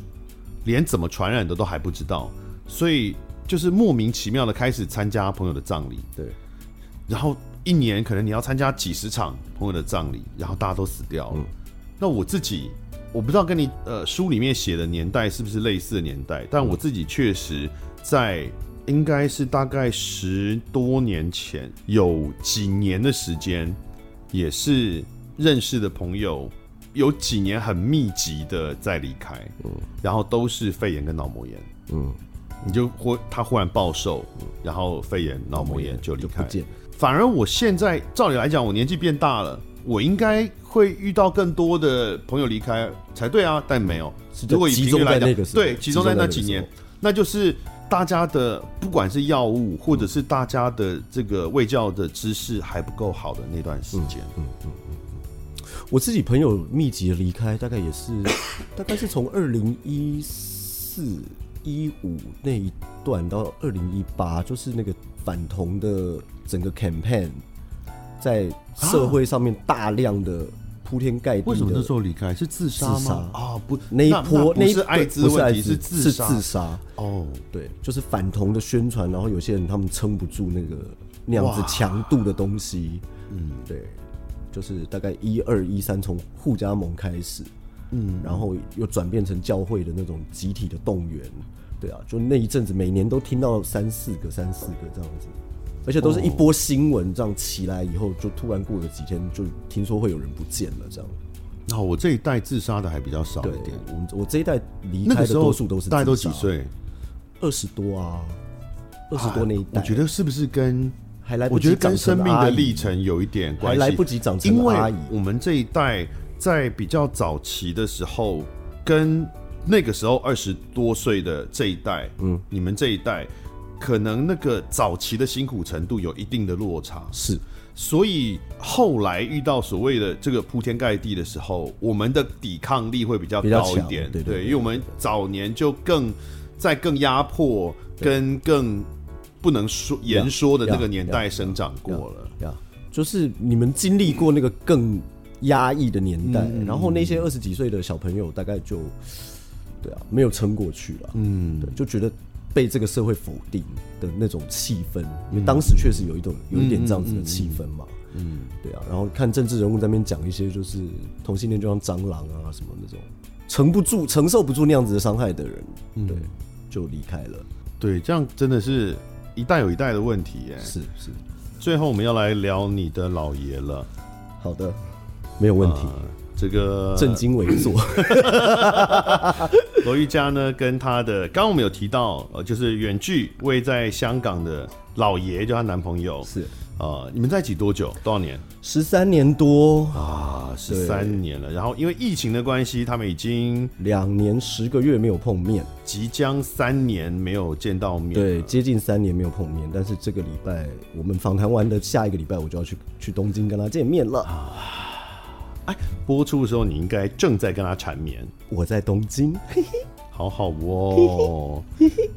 Speaker 1: 连怎么传染的都还不知道，所以就是莫名其妙的开始参加朋友的葬礼，
Speaker 2: 对，
Speaker 1: 然后一年可能你要参加几十场朋友的葬礼，然后大家都死掉
Speaker 2: 嗯
Speaker 1: 了。那我自己我不知道跟你呃书里面写的年代是不是类似的年代，但我自己确实在应该是大概十多年前，有几年的时间，也是认识的朋友。有几年很密集的在离开，然后都是肺炎跟脑膜炎，
Speaker 2: 嗯，
Speaker 1: 你就忽他忽然暴瘦，然后肺炎、脑膜炎就离
Speaker 2: 就
Speaker 1: 开
Speaker 2: 不
Speaker 1: 了。
Speaker 2: 见了。
Speaker 1: 反而我现在照理来讲，我年纪变大了，我应该会遇到更多的朋友离开才对啊，但没有。
Speaker 2: 是
Speaker 1: 如果以
Speaker 2: 集
Speaker 1: 频率
Speaker 2: 中
Speaker 1: 来
Speaker 2: 在
Speaker 1: 讲
Speaker 2: 那个，时候
Speaker 1: 对，集中在那几年
Speaker 2: 集中在那个，
Speaker 1: 那就是大家的不管是药物或者是大家的这个卫教的知识还不够好的那段时间。
Speaker 2: 嗯我自己朋友密集的离开，大概也是， 大概是从二零一四一五那一段到二零一八，就是那个反同的整个 campaign 在社会上面大量的铺天盖地
Speaker 1: 啊为什么那
Speaker 2: 的
Speaker 1: 时候离开？是自杀
Speaker 2: 自杀
Speaker 1: 吗？啊，不，
Speaker 2: 那一波，
Speaker 1: 那不
Speaker 2: 那一
Speaker 1: 是艾滋
Speaker 2: 不是艾
Speaker 1: 问题，
Speaker 2: 滋
Speaker 1: 是自杀。
Speaker 2: 是自杀，
Speaker 1: 哦，
Speaker 2: 对，就是反同的宣传，然后有些人他们撑不住那个那样子
Speaker 1: 哇
Speaker 2: 强度的东西，嗯，对，就是大概一二一三从互加盟开始，嗯，然后又转变成教会的那种集体的动员，对啊，就那一阵子每年都听到三四个、三四个这样子，而且都是一
Speaker 1: 哦
Speaker 2: 波新闻这样起来以后，就突然过了几天就听说会有人不见了这样，
Speaker 1: 那我这一代自杀的还比较少
Speaker 2: 对
Speaker 1: 一点。，
Speaker 2: 我们我这一代离
Speaker 1: 那
Speaker 2: 开
Speaker 1: 个
Speaker 2: 的
Speaker 1: 时候
Speaker 2: 多数都是
Speaker 1: 大概都
Speaker 2: 自
Speaker 1: 几
Speaker 2: 杀？
Speaker 1: 岁？哎
Speaker 2: 二十多啊，二十多那一
Speaker 1: 我
Speaker 2: 代，
Speaker 1: 觉得是不是跟
Speaker 2: 还来不
Speaker 1: 我觉
Speaker 2: 及
Speaker 1: 得跟
Speaker 2: 长
Speaker 1: 生
Speaker 2: 成
Speaker 1: 命
Speaker 2: 阿
Speaker 1: 的
Speaker 2: 姨
Speaker 1: 历程有一点关系，
Speaker 2: 还来不及长成
Speaker 1: 因为
Speaker 2: 阿姨
Speaker 1: 我们这一代在比较早期的时候，跟那个时候二十多岁的这一代，嗯，你们这一代，可能那个早期的辛苦程度有一定的落差，
Speaker 2: 是
Speaker 1: 所以后来遇到所谓的这个铺天盖地的时候，我们的抵抗力会比较
Speaker 2: 比较
Speaker 1: 高一
Speaker 2: 强
Speaker 1: 点，
Speaker 2: 对对对
Speaker 1: 因为我们早年就更在更压迫、跟更不能说言说的那个年代生长过了。
Speaker 2: 呀，就是你们经历过那个更压抑的年代，然后那些二十几岁的小朋友大概就，对啊，没有撑过去了，嗯，对，就觉得被这个社会否定的那种气氛，因为当时确实有一种有一点这样子的气氛嘛，嗯，对啊，然后看政治人物在那边讲一些就是同性恋就像蟑螂啊什么那种，承不住、承受不住那样子的伤害的人，对，就离开了，
Speaker 1: 对，这样真的是一代有一代的问题耶。
Speaker 2: 是是，
Speaker 1: 最后我们要来聊你的老爷了，
Speaker 2: 好的，没有问题。
Speaker 1: 呃这个
Speaker 2: 正襟危坐，
Speaker 1: 罗玉佳呢，跟她的刚刚我们有提到，呃，就是远距位在香港的老爷，就她男朋友
Speaker 2: 是
Speaker 1: 呃，你们在一起多久？多少年？
Speaker 2: 十三年多，
Speaker 1: 啊，十三年了。然后因为疫情的关系，他们已经
Speaker 2: 两年十个月没有碰面，
Speaker 1: 即将三年没有见到面。
Speaker 2: 对，，接近三年没有碰面。但是这个礼拜我们访谈完的下一个礼拜，我就要去去东京跟他见面
Speaker 1: 啊
Speaker 2: 了。
Speaker 1: 哎，播出的时候你应该正在跟他缠绵，
Speaker 2: 我在东京，嘿嘿，
Speaker 1: 好好哦。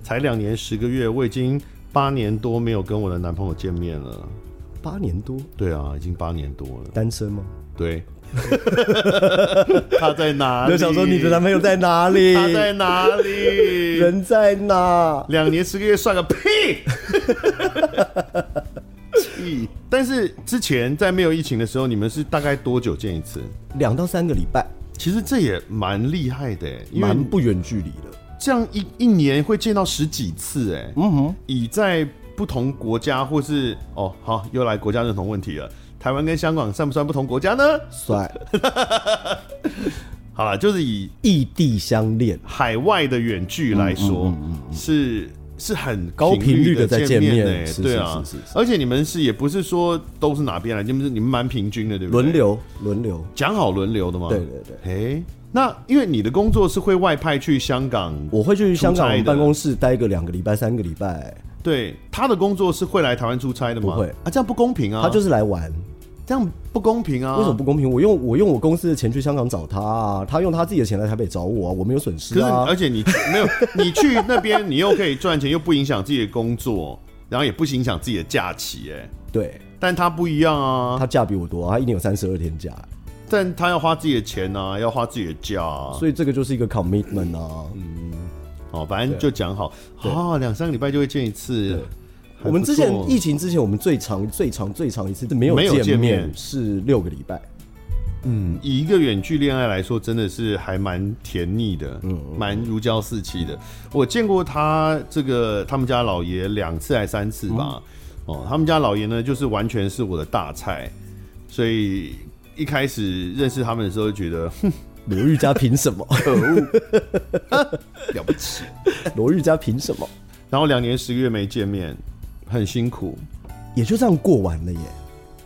Speaker 1: 才两年十个月，我已经八年多没有跟我的男朋友见面了。
Speaker 2: 八年多
Speaker 1: 对啊，已经八年多了。
Speaker 2: 单身吗？
Speaker 1: 对， 他在哪里？
Speaker 2: 就想说你的男朋友在哪里？
Speaker 1: 他在哪里？
Speaker 2: 人在哪？
Speaker 1: 两年十个月算个 屁！气但是之前在没有疫情的时候，你们是大概多久见一次？
Speaker 2: 两到三个礼拜，
Speaker 1: 其实这也蛮厉害的耶，因为
Speaker 2: 蛮不远距离的。
Speaker 1: 这样一一年会见到十几次，哎，嗯哼，以在不同国家或是哦，好，又来国家认同问题了。台湾跟香港算不算不同国家呢？
Speaker 2: 算
Speaker 1: 好了，就是以
Speaker 2: 异地相恋，
Speaker 1: 海外的远距来
Speaker 2: 嗯
Speaker 1: 说，是是很
Speaker 2: 高频率
Speaker 1: 的
Speaker 2: 地在
Speaker 1: 见
Speaker 2: 见面
Speaker 1: 欸
Speaker 2: 是是
Speaker 1: 对啊
Speaker 2: 是是是，
Speaker 1: 而且你们是也不是说都是哪边来，你们是你们蛮平均的，对不对？
Speaker 2: 轮流轮流，
Speaker 1: 讲好轮流的吗？
Speaker 2: 对对对。
Speaker 1: 哎，那因为你的工作是会外派去香港，
Speaker 2: 我会去香
Speaker 1: 出差
Speaker 2: 港
Speaker 1: 的
Speaker 2: 办公室待个两个礼拜、三个礼拜，
Speaker 1: 对，他的工作是会来台湾出差的吗？
Speaker 2: 不会
Speaker 1: 啊，这样不公平啊！
Speaker 2: 他就是来玩。
Speaker 1: 这样不公平啊！
Speaker 2: 为什么不？公平？我用我用我公司的钱去香港找他啊，他用他自己的钱来台北找我啊，我没有损
Speaker 1: 可是
Speaker 2: 失
Speaker 1: 你呃
Speaker 2: 啊。
Speaker 1: 而且你没有， 你去那边你又可以赚钱，又不影响自己的工作，然后也不影响自己的假期，哎，
Speaker 2: 对，
Speaker 1: 但他不一样啊，
Speaker 2: 他假比我多啊，他一年有三十二天假，
Speaker 1: 但他要花自己的钱啊，要花自己的假、啊，嗯
Speaker 2: 所以这个就是一个 commitment 啊。
Speaker 1: 哦，反正就讲好，
Speaker 2: 对
Speaker 1: 啊，两三个礼拜就会见一次。还不
Speaker 2: 我们之前
Speaker 1: 错啊
Speaker 2: 疫情之前，我们最长最长最长一次没有
Speaker 1: 没有
Speaker 2: 见
Speaker 1: 见面
Speaker 2: 面是六个礼拜。
Speaker 1: 嗯以一个远距恋爱来说，真的是还蛮甜腻的，嗯，蛮如胶似漆的。我见过他这个他们家老爷两次还三次吧，
Speaker 2: 嗯
Speaker 1: 哦，他们家老爷呢，就是完全是我的大菜，所以一开始认识他们的时候，觉得哼，
Speaker 2: 罗玉佳凭 什么？
Speaker 1: 可恶，了不起。
Speaker 2: 罗玉佳凭什么？
Speaker 1: 然后两年十个月没见面，很辛苦，
Speaker 2: 也就这样过完了耶，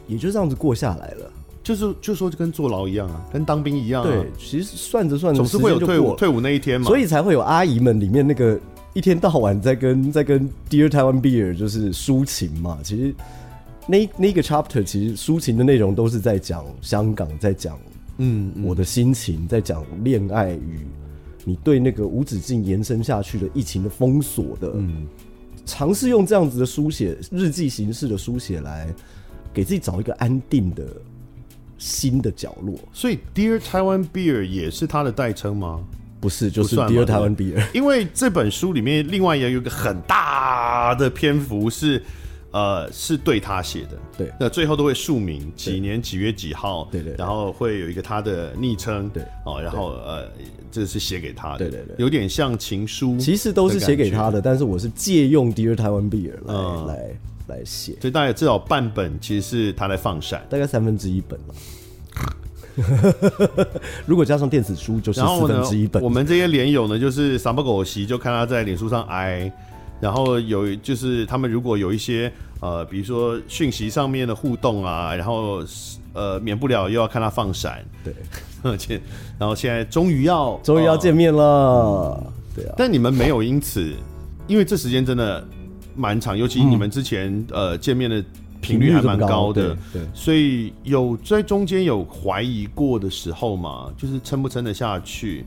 Speaker 2: 也就这样子过下来了。
Speaker 1: 就是就说就跟坐牢一样啊，跟当兵一样啊，
Speaker 2: 对，其实算着算着，
Speaker 1: 总是会有
Speaker 2: 时间就
Speaker 1: 退
Speaker 2: 过
Speaker 1: 伍
Speaker 2: 了
Speaker 1: 退伍那一天嘛。
Speaker 2: 所以才会有阿姨们里面那个一天到晚在跟 在跟 Dear Taiwan Beer 就是抒情嘛。其实那那个 chapter 其实抒情的内容都是在讲香港，在讲嗯我的心情，在讲恋爱与你对那个无止境延伸下去的疫情的封锁的，嗯，尝试用这样子的书写日记形式的书写来给自己找一个安定的新的角落，
Speaker 1: 所以 Dear Taiwan Beer 也是他的代称吗？
Speaker 2: 不是就是
Speaker 1: 不算嘛
Speaker 2: Dear Taiwan
Speaker 1: 对
Speaker 2: Beer。
Speaker 1: 因为这本书里面另外也有一个很大的篇幅是，呃，是对他写的。
Speaker 2: 对
Speaker 1: 那最后都会署名几年几月几号，
Speaker 2: 对对对
Speaker 1: 然后会有一个他的昵称，
Speaker 2: 对
Speaker 1: 哦，然后呃，这是写给他的，
Speaker 2: 对对对
Speaker 1: 有点像情书，
Speaker 2: 其实都是写给他
Speaker 1: 的感
Speaker 2: 的，但是我是借用 Dear Taiwan Beer 来、
Speaker 1: 嗯
Speaker 2: 来来写
Speaker 1: 觉，，所以大概至少半本其实是他来放闪。
Speaker 2: 大概三分之一本了。 如果加上电子书，就是
Speaker 1: 然后
Speaker 2: 四
Speaker 1: 呢
Speaker 2: 分之一，本
Speaker 1: 我。们这些连友呢，就是傻不狗席，就看他在脸书上挨。然后有就是他们如果有一些呃，比如说讯息上面的互动啊，然后呃免不了又要看他放闪，
Speaker 2: 对，
Speaker 1: 而且然后现在终于要
Speaker 2: 终于要、见
Speaker 1: 呃
Speaker 2: 面
Speaker 1: 嗯
Speaker 2: 了。对啊，
Speaker 1: 但你们没有因此，因为这时间真的蛮长，尤其
Speaker 2: 嗯
Speaker 1: 你们之前、呃见面的频率还蛮高的，
Speaker 2: 对，对
Speaker 1: 所以有在中间有怀疑过的时候嘛，就是撑不撑得下去，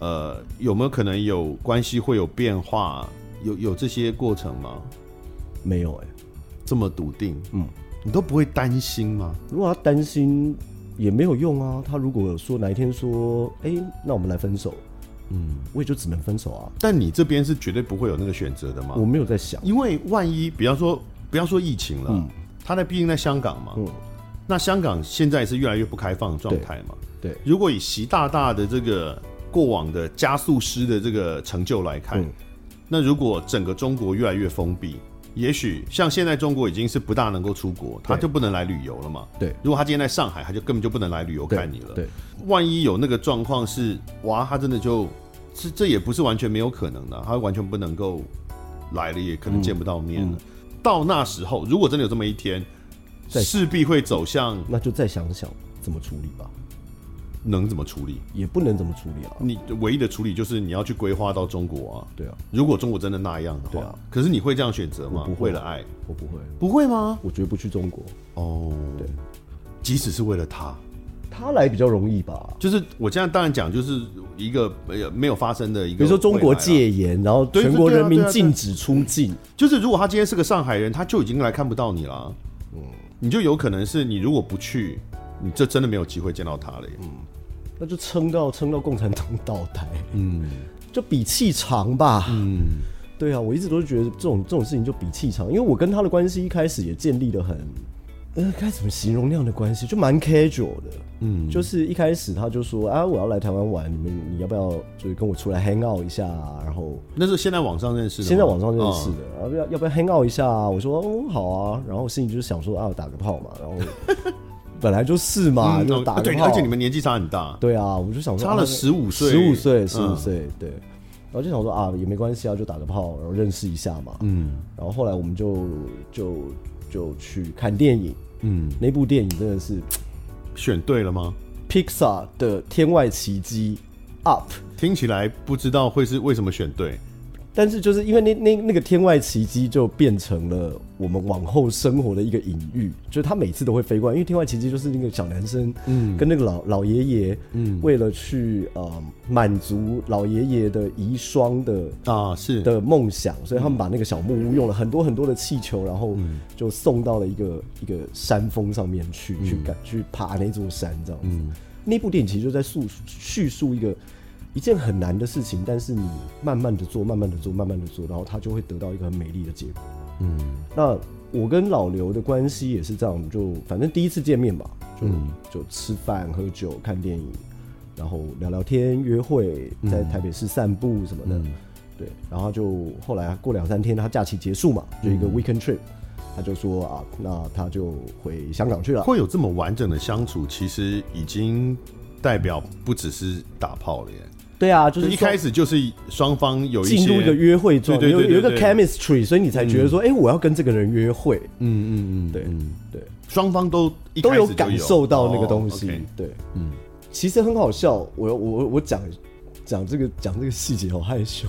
Speaker 1: 呃，有没有可能有关系会有变化？有有这些过程吗？
Speaker 2: 没有哎、
Speaker 1: 这么笃定，
Speaker 2: 嗯，
Speaker 1: 你都不会担心吗？
Speaker 2: 如果他担心也没有用啊。他如果说哪一天说，哎、那我们来分手，嗯，我也就只能分手啊。
Speaker 1: 但你这边是绝对不会有那个选择的嘛
Speaker 2: 我，没有在想，
Speaker 1: 因为万一，比方说，不要说疫情了，他在毕竟在香港嘛，
Speaker 2: 嗯，
Speaker 1: 那香港现在是越来越不开放的状态嘛。
Speaker 2: 对，
Speaker 1: 如果以习大大的这个过往的加速师的这个成就来看，
Speaker 2: 嗯
Speaker 1: 那如果整个中国越来越封闭，也许像现在中国已经是不大能够出国，他就不能来旅游了嘛。
Speaker 2: 对，
Speaker 1: 如果他今天在上海，他就根本就不能来旅游看你了。
Speaker 2: 对，
Speaker 1: 万一有那个状况是，哇，他真的就，这这也不是完全没有可能的，啊他完全不能够来了，也可能见不到面了。
Speaker 2: 嗯
Speaker 1: 到那时候，如果真的有这么一天，
Speaker 2: 再
Speaker 1: 势必会走向
Speaker 2: 那就再想想怎么处理吧，
Speaker 1: 能怎么处理？
Speaker 2: 也不能怎么处理啊。
Speaker 1: 你唯一的处理就是你要去规划到中国啊。
Speaker 2: 对啊，
Speaker 1: 如果中国真的那样的
Speaker 2: 对
Speaker 1: 话，
Speaker 2: 啊
Speaker 1: 可是你会这样选择吗？
Speaker 2: 我不会
Speaker 1: 为
Speaker 2: 啊
Speaker 1: 了爱，
Speaker 2: 我不会，
Speaker 1: 不会吗？
Speaker 2: 我绝不去中国。
Speaker 1: 哦，
Speaker 2: 对，
Speaker 1: 即使是为了他，
Speaker 2: 他来比较容易吧？
Speaker 1: 就是我这样当然讲，就是一个呃没有发生的一个。
Speaker 2: 比如说中国，戒严，然后
Speaker 1: 对
Speaker 2: 全国
Speaker 1: 对啊
Speaker 2: 人民
Speaker 1: 对啊
Speaker 2: 禁止出境，
Speaker 1: 就是如果他今天是个上海人，他就已经来看不到你了。嗯，你就有可能是你如果不去，你这真的没有机会见到他了耶。
Speaker 2: 嗯那就撑到撑到共产党倒台，嗯，就比气长吧，嗯，对啊，我一直都是觉得这种这种事情就比气长，因为我跟他的关系一开始也建立的很，呃，该怎么形容那样的关系，就蛮 casual 的，嗯，就是一开始他就说啊，我要来台湾玩，你们你要不要就是跟我出来 hang out 一下啊、然后
Speaker 1: 那是现在网上认识的吗，
Speaker 2: 先在网上认识
Speaker 1: 嗯
Speaker 2: 的，要不要要不要 hang out 一下、啊？我说哦好啊，然后心里就是想说啊打个炮嘛，然后 本来就是嘛，
Speaker 1: 嗯
Speaker 2: 就打个炮。
Speaker 1: 对，而且你们年纪差很大，
Speaker 2: 对啊，我就想说
Speaker 1: 差了15岁
Speaker 2: 十五岁
Speaker 1: 嗯
Speaker 2: 十五岁对，然后就想说啊也没关系啊，就打个炮，然后认识一下嘛。嗯，然后后来我们就就就去看电影，嗯，那部电影真的是
Speaker 1: 选对了吗？
Speaker 2: Pixar 的《天外奇迹》Up。
Speaker 1: 听起来不知道会是为什么选对，
Speaker 2: 但是就是因为那那那个天外奇迹就变成了我们往后生活的一个隐喻，就是他每次都会飞过来，因为天外奇迹就是那个小男生，嗯，跟那个老老爷爷，嗯，为了去呃满足老爷爷的遗孀的
Speaker 1: 啊，是
Speaker 2: 的梦想，所以他们把那个小木屋用了很多很多的气球，然后就送到了一个一个山峰上面去，去赶去爬那座山这样子。那部电影其实就在诉叙述一个一件很难的事情，但是你慢慢的做，慢慢的做，慢慢的做，然后它就会得到一个很美丽的结果。嗯，那我跟老刘的关系也是这样，就反正第一次见面吧，就、就吃饭、喝酒、看电影，然后聊聊天、约会，
Speaker 1: 嗯
Speaker 2: 在台北市散步什么的。对，然后就后来过两三天，他假期结束嘛，
Speaker 1: 嗯
Speaker 2: 就一个 weekend trip，、他就说啊，那他就回香港去了。
Speaker 1: 会有这么完整的相处，其实已经代表不只是打炮了耶。
Speaker 2: 对啊，就
Speaker 1: 就是一
Speaker 2: 说
Speaker 1: 开始就是双方有一些
Speaker 2: 进入一个约会状态，
Speaker 1: 对对
Speaker 2: 有
Speaker 1: 对
Speaker 2: 有一个
Speaker 1: 对嗯
Speaker 2: chemistry，所以你才觉得说，哎、我要跟这个人约会。嗯嗯嗯，对对，
Speaker 1: 双方都一开始
Speaker 2: 都
Speaker 1: 就
Speaker 2: 有感受到那个东西。
Speaker 1: 哦，OK
Speaker 2: 对，嗯，其实很好笑，我我我讲讲这个讲这个细节好害羞。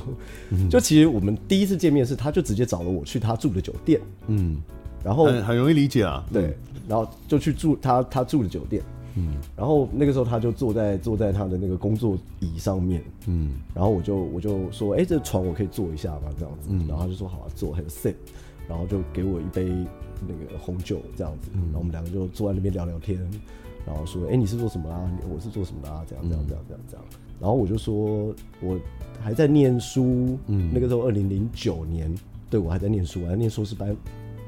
Speaker 1: 嗯
Speaker 2: 就其实我们第一次见面是，他就直接找了我去他住的酒店。嗯，然后
Speaker 1: 很很容易理解啊。
Speaker 2: 对，然后就去住他他住的酒店。嗯，然后那个时候他就坐在坐在他的那个工作椅上面，嗯，然后我就我就说，哎、这床我可以坐一下吗？这样子，然后他就说好啊，坐，还有 sit，然后就给我一杯那个红酒这样子，然后我们两个就坐在那边聊聊天，然后说，哎、你是做什么啦、啊？我是做什么啦、啊？这样这样这样这样这样，然后我就说我还在念书，嗯，那个时候二零零九年，对我还在念书，我还在念硕士班，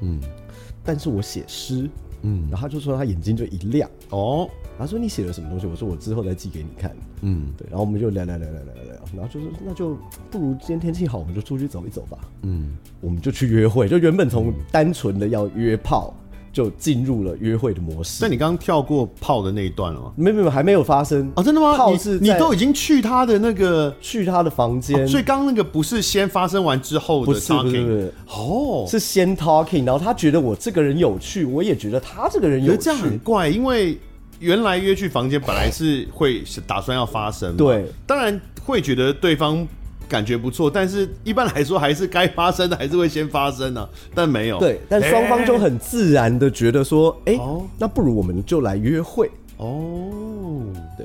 Speaker 1: 嗯
Speaker 2: 但是我写诗，嗯，然后他就说他眼睛就一亮，
Speaker 1: 哦，
Speaker 2: 他说你写了什么东西？我说我之后再寄给你看，嗯，对，然后我们就聊聊聊聊聊聊，然后就说那就不如今天天气好，我们就出去走一走吧，嗯，我们就去约会，就原本从单纯的要约炮，就进入了约会的模式
Speaker 1: 那。你刚刚跳过炮的那一段了吗？
Speaker 2: 没有没有，还没有发生
Speaker 1: 哦，真的吗？
Speaker 2: 炮
Speaker 1: 你
Speaker 2: 是
Speaker 1: 你
Speaker 2: 在
Speaker 1: 都已经去他的那个，
Speaker 2: 去他的房间，
Speaker 1: 哦所以刚刚那个不是先发生完之后的
Speaker 2: 不是不是不
Speaker 1: talking
Speaker 2: 是，
Speaker 1: 哦，
Speaker 2: 是先 talking，然后他觉得我这个人有趣，我也觉得他这个人
Speaker 1: 可
Speaker 2: 有
Speaker 1: 是
Speaker 2: 趣，
Speaker 1: 这样很怪，因为原来约去房间本来是会打算要发生嘛，
Speaker 2: 对，
Speaker 1: 当然会觉得对方感觉不错，但是一般来说还是该发生的还是会先发生啊，但没有，
Speaker 2: 对，但双方就
Speaker 1: 哎
Speaker 2: 很自然的觉得说，哎、
Speaker 1: 哦
Speaker 2: 那不如我们就来约会，
Speaker 1: 哦，
Speaker 2: 对，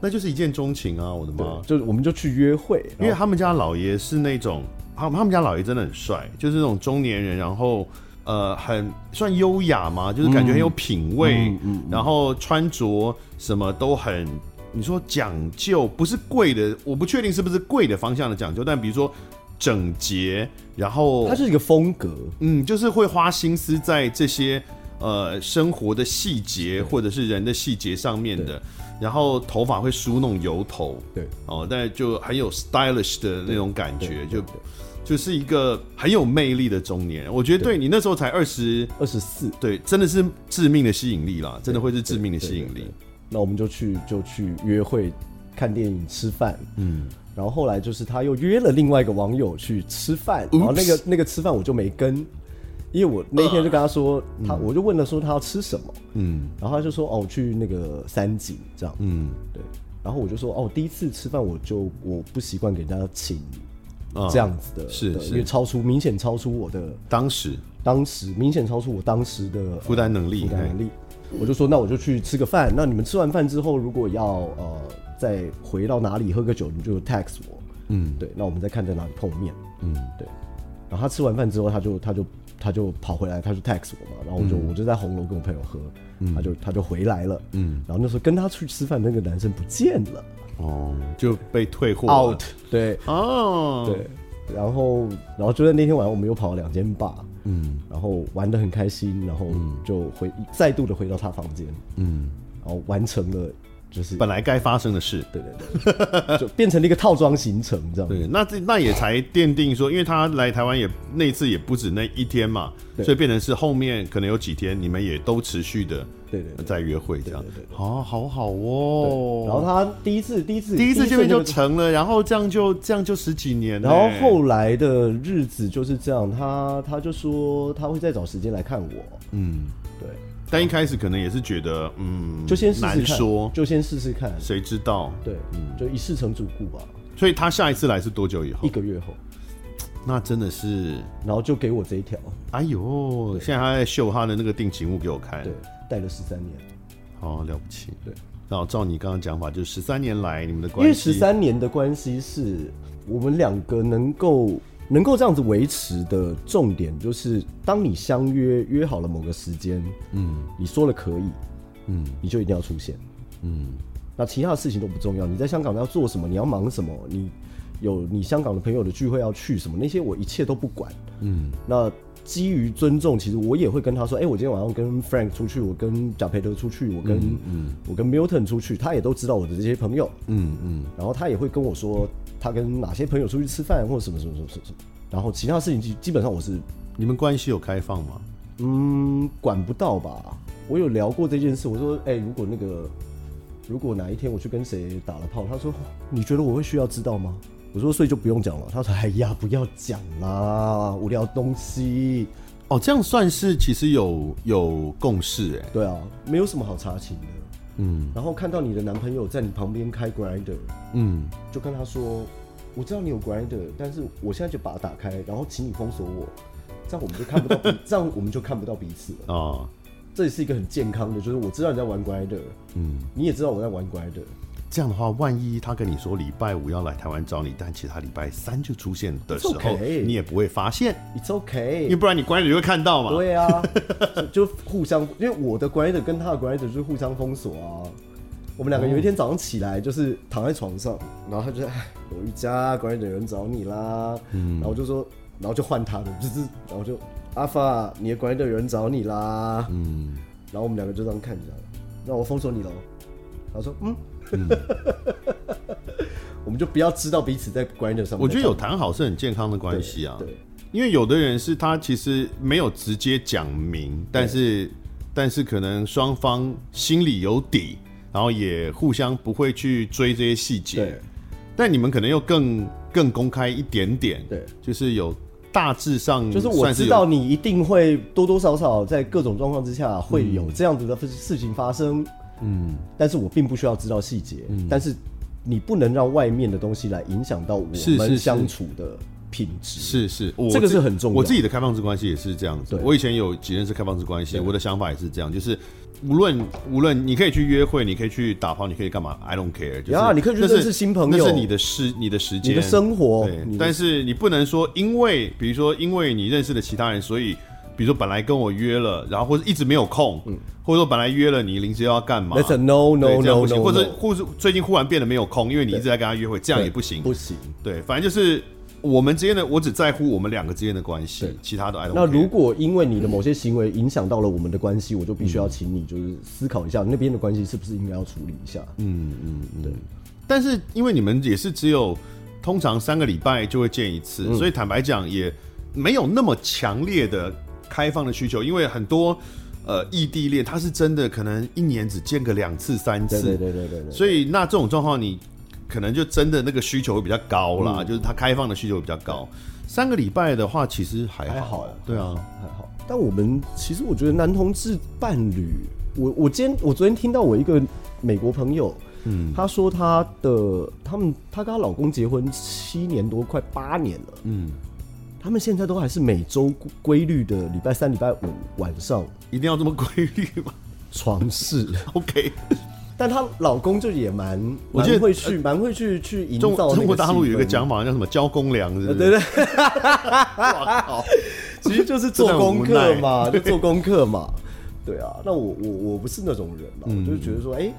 Speaker 1: 那就是一见钟情啊，我的
Speaker 2: 对
Speaker 1: 妈，！
Speaker 2: 就是我们就去约会，
Speaker 1: 因
Speaker 2: 然
Speaker 1: 为
Speaker 2: 后
Speaker 1: 他们家老爷是那种，他他们家老爷真的很帅，就是那种中年人，然后呃，很算优雅嘛，就是感觉很有品
Speaker 2: 嗯
Speaker 1: 味，然后穿着什么都很。你说讲究不是贵的，我不确定是不是贵的方向的讲究，但比如说整洁，然后
Speaker 2: 它是一个风格，
Speaker 1: 嗯，就是会花心思在这些呃生活的细节或者是人的细节上面的，然后头发会梳那种油头，
Speaker 2: 对
Speaker 1: 哦，但就很有 stylish 的那种感觉，就就是一个很有魅力的中年人。我觉得对你那时候才二十，
Speaker 2: 二十四，
Speaker 1: 对，真的是致命的吸引力啦，真的会是致命的吸引
Speaker 2: 对对
Speaker 1: 力
Speaker 2: 对。那我们就去就去约会、看电影、吃饭，嗯，然后后来就是他又约了另外一个网友去吃饭，然后那个那个吃饭我就没跟。因为我那天就跟他说，
Speaker 1: 嗯
Speaker 2: 他我就问了说他要吃什么，嗯，然后他就说哦，我去那个三井这样，嗯，对，然后我就说哦，第一次吃饭我就我不习惯给人家请
Speaker 1: 啊
Speaker 2: 这样子的，
Speaker 1: 是
Speaker 2: 的
Speaker 1: 是
Speaker 2: 因为超出明显超出我的
Speaker 1: 当时
Speaker 2: 当时明显超出我当时的
Speaker 1: 负担能力，
Speaker 2: 负担
Speaker 1: 嘿
Speaker 2: 能力。我就说，那我就去吃个饭。那你们吃完饭之后，如果要呃再回到哪里喝个酒，你就 text 我。嗯，对，那我们再看在哪里碰面。嗯，对。然后他吃完饭之后，他就他就他就跑回来，他就 text 我嘛。然后我就、我就在红楼跟我朋友喝，他就他就回来了。嗯，然后那时候跟他去吃饭那个男生不见了
Speaker 1: 哦，就被退货了
Speaker 2: ，out。对，
Speaker 1: 哦，
Speaker 2: 对，然后然后就在那天晚上，我们又跑了两间坝，嗯，然后玩的很开心，然后就回、再度的回到他房间，嗯，然后完成了就是
Speaker 1: 本来该发生的事，
Speaker 2: 对对对，就变成了一个套装行程，这样
Speaker 1: 对，那这那也才奠定说，因为他来台湾也那次也不止那一天嘛，
Speaker 2: 对
Speaker 1: 所以变成是后面可能有几天你们也都持续的
Speaker 2: 对对对
Speaker 1: 在约会这样
Speaker 2: 对对对，
Speaker 1: 好好好
Speaker 2: 对
Speaker 1: 哦。
Speaker 2: 然后他第一次第一次
Speaker 1: 第一次见面
Speaker 2: 那
Speaker 1: 就
Speaker 2: 个
Speaker 1: 成哎了，然后这样就这样就十几年欸呢，
Speaker 2: 然后后来的日子就是这样，他他就说他会再找时间来看我，嗯，对，
Speaker 1: 但一开始可能也是觉得嗯，
Speaker 2: 就先试试看，
Speaker 1: 难说，嗯
Speaker 2: 就先试试看，
Speaker 1: 谁知道？
Speaker 2: 对，就一试成主顾吧，
Speaker 1: 所以他下一次来是多久以
Speaker 2: 一
Speaker 1: 后？
Speaker 2: 个月后。
Speaker 1: 那真的是，
Speaker 2: 然后就给我这一条，
Speaker 1: 哎呦，现在他在秀他的那个定情物给我看
Speaker 2: 对，，带了十三年，
Speaker 1: 好哦了不起。
Speaker 2: 对，
Speaker 1: 然后照你刚刚讲法，就是十三年来你们的
Speaker 2: 因
Speaker 1: 关系，
Speaker 2: 为十三年的关系是我们两个能够能够这样子维持的重点，就是当你相约约好了某个时间，嗯，你说了可以，嗯，你就一定要出现，嗯，那其他的事情都不重要。你在香港要做什么，你要忙什么，你有你香港的朋友的聚会要去什么，那些我一切都不管，嗯，那。基于尊重，其实我也会跟他说：“哎、我今天晚上跟 Frank 出去，我跟贾培德出去，我跟嗯我跟 Milton 出去，他也都知道我的这些朋友，
Speaker 1: 嗯嗯，
Speaker 2: 然后他也会跟我说他跟哪些朋友出去吃饭或者什么什么什么什么什么，然后其他事情基基本上我是
Speaker 1: 你们关系有开放吗？
Speaker 2: 嗯管不到吧。我有聊过这件事，我说哎、如果那个如果哪一天我去跟谁打了炮，他说你觉得我会需要知道吗？我说所以就不用讲了。他说哎呀不要讲啦，无聊东西。
Speaker 1: 哦，这样算是其实有有共识哎，
Speaker 2: 对啊，没有什么好查情的。嗯，然后看到你的男朋友在你旁边开 grinder，
Speaker 1: 嗯，
Speaker 2: 就跟他说，我知道你有 grinder，但是我现在就把它打开，然后请你封锁我，这样我们就看不到彼，这样我们就看不到彼此了。
Speaker 1: 哦，
Speaker 2: 这也是一个很健康的，就是我知道你在玩 grinder，嗯，你也知道我在玩 grinder，
Speaker 1: 这样的话，万一他跟你说礼拜五要来台湾找你，但其实他礼拜三就出现的时
Speaker 2: It's
Speaker 1: 候
Speaker 2: okay
Speaker 1: 你也不会发现，
Speaker 2: it's okay，
Speaker 1: 因为不然你关了就会看到嘛。
Speaker 2: 对 啊，就就互相，因为我的 grinder 跟他的 grinder 就是互相封锁啊。我们两个有一天早上起来，就是躺在床上，然后他就哎，我瑜伽 grinder 有人找你啦，
Speaker 1: 嗯
Speaker 2: 然后我就说，然后就换他的，就是，然后就阿发，你的 grinder 有人找你啦，嗯，然后我们两个就这样看着，那我封锁你喽，他说嗯， 我们就不要知道彼此在 grinder 上面在干嘛，
Speaker 1: 嗯我觉得有谈好是很健康的关系啊。
Speaker 2: 对对
Speaker 1: 因为有的人是他其实没有直接讲明，但是但是可能双方心里有底，然后也互相不会去追这些细节
Speaker 2: 对。
Speaker 1: 但你们可能又更更公开一点点，
Speaker 2: 对
Speaker 1: 就是有大致上
Speaker 2: 就是我
Speaker 1: 嗯算是
Speaker 2: 知
Speaker 1: 有
Speaker 2: 道你一定会多多少少在各种状况之下会
Speaker 1: 嗯
Speaker 2: 有这样子的事情发生，嗯，但是我并不需要知道细节，
Speaker 1: 嗯
Speaker 2: 但是你不能让外面的东西来影响到我
Speaker 1: 是是是
Speaker 2: 们相处的品质，
Speaker 1: 是是，我
Speaker 2: 这个是
Speaker 1: 自
Speaker 2: 很重要
Speaker 1: 我自己的开放式关系也是这样子
Speaker 2: 对。
Speaker 1: 我以前有几任是开放式关系，
Speaker 2: 对
Speaker 1: 我的想法也是这样，就是无论无论你可以去约会，你可以去打炮，你可以干嘛，I don't care。就是
Speaker 2: 呀你可以去
Speaker 1: 那是
Speaker 2: 认识新朋友
Speaker 1: 那是你的事，你的时间，
Speaker 2: 你的生活
Speaker 1: 对，
Speaker 2: 你的
Speaker 1: 但是你不能说因为，比如说因为你认识了其他人，所以。比如说本来跟我约了，然后或者一直没有空，或者说本来约了你临时要干嘛
Speaker 2: 嗯 That's a no, no,
Speaker 1: 对这样不行
Speaker 2: no, no,
Speaker 1: 或者
Speaker 2: no
Speaker 1: 或者最近忽然变得没有空，因为你一直在跟他约会，这样也不行，
Speaker 2: 不行。
Speaker 1: 对，反正就是我们之间的，我只在乎我们两个之间的关系
Speaker 2: 对，
Speaker 1: 其他的 I don't care。
Speaker 2: 那如果因为你的某些行为影响到了我们的关系，我就必须
Speaker 1: 嗯
Speaker 2: 要请你就是思考一下那边的关系是不是应该要处理一下。
Speaker 1: 嗯但是因为你们也是只有通常三个礼拜就会见一次，
Speaker 2: 嗯
Speaker 1: 所以坦白讲也没有那么强烈的开放的需求，因为很多呃异地恋，它是真的可能一年只见个两次三次，
Speaker 2: 对对对对对对。
Speaker 1: 所以那这种状况，你可能就真的那个需求会比较高啦，
Speaker 2: 嗯
Speaker 1: 就是它开放的需求会比较高。三个礼拜的话，其实还好，
Speaker 2: 还好
Speaker 1: 对啊，
Speaker 2: 还好。但我们其实我觉得男同志伴侣，我我今天我昨天听到我一个美国朋友，嗯，她说她的他们她跟她老公结婚七年多，快八年了，嗯，他们现在都还是每周规律的礼拜三、礼拜五晚上
Speaker 1: 一定要这么规律吗
Speaker 2: 床事，
Speaker 1: ？OK。
Speaker 2: 但她老公就也蛮，
Speaker 1: 我觉得
Speaker 2: 蛮会去蛮会去去营
Speaker 1: 中
Speaker 2: 造那
Speaker 1: 中国大陆
Speaker 2: 气
Speaker 1: 有一个
Speaker 2: 氛呃
Speaker 1: 讲法叫什么“交公粮”，是不是？
Speaker 2: 对对
Speaker 1: 哇靠！
Speaker 2: 其实就是做功
Speaker 1: 真的很
Speaker 2: 课
Speaker 1: 无
Speaker 2: 嘛，就做功课嘛。对啊，那我我我不是那种人嘛，我就觉得说，哎、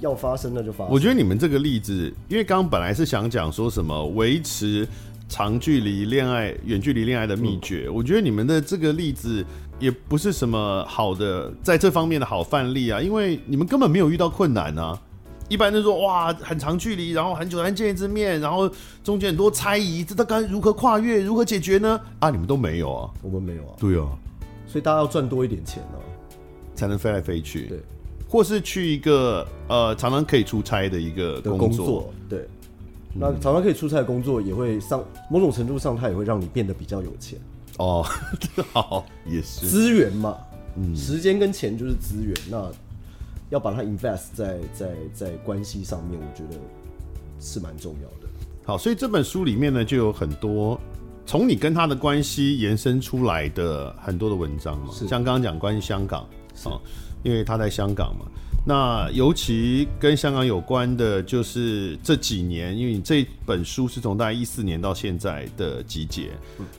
Speaker 2: 要发生那就发生。
Speaker 1: 嗯我觉得你们这个例子，因为刚刚本来是想讲说什么维持长距离恋爱、远距离恋爱的秘
Speaker 2: 嗯
Speaker 1: 诀，我觉得你们的这个例子也不是什么好的，在这方面的好范例啊，因为你们根本没有遇到困难啊。一般都说哇，很长距离，然后很久才见一次面，然后中间很多猜疑，这该如何跨越，如何解决呢？啊，你们都没有啊。
Speaker 2: 我们没有啊，
Speaker 1: 对啊，
Speaker 2: 所以大家要赚多一点钱哦、
Speaker 1: 才能飞来飞去。
Speaker 2: 对，
Speaker 1: 或是去一个呃常常可以出差的一个
Speaker 2: 的
Speaker 1: 工嗯
Speaker 2: 工作，对。那常常可以出差的工作也会上某种程度上，它也会让你变得比较有钱，
Speaker 1: 哦， 好也是
Speaker 2: 资源嘛，
Speaker 1: 嗯
Speaker 2: 时间跟钱就是资源，那要把它 invest 在在在关系上面，我觉得是蛮重要的。
Speaker 1: 好，所以这本书里面呢就有很多从你跟他的关系延伸出来的很多的文章嘛，
Speaker 2: 是
Speaker 1: 像刚刚讲关于香港啊、因为他在香港嘛，那尤其跟香港有关的，就是这几年，因为你这本书是从大概一四年到现在的集结，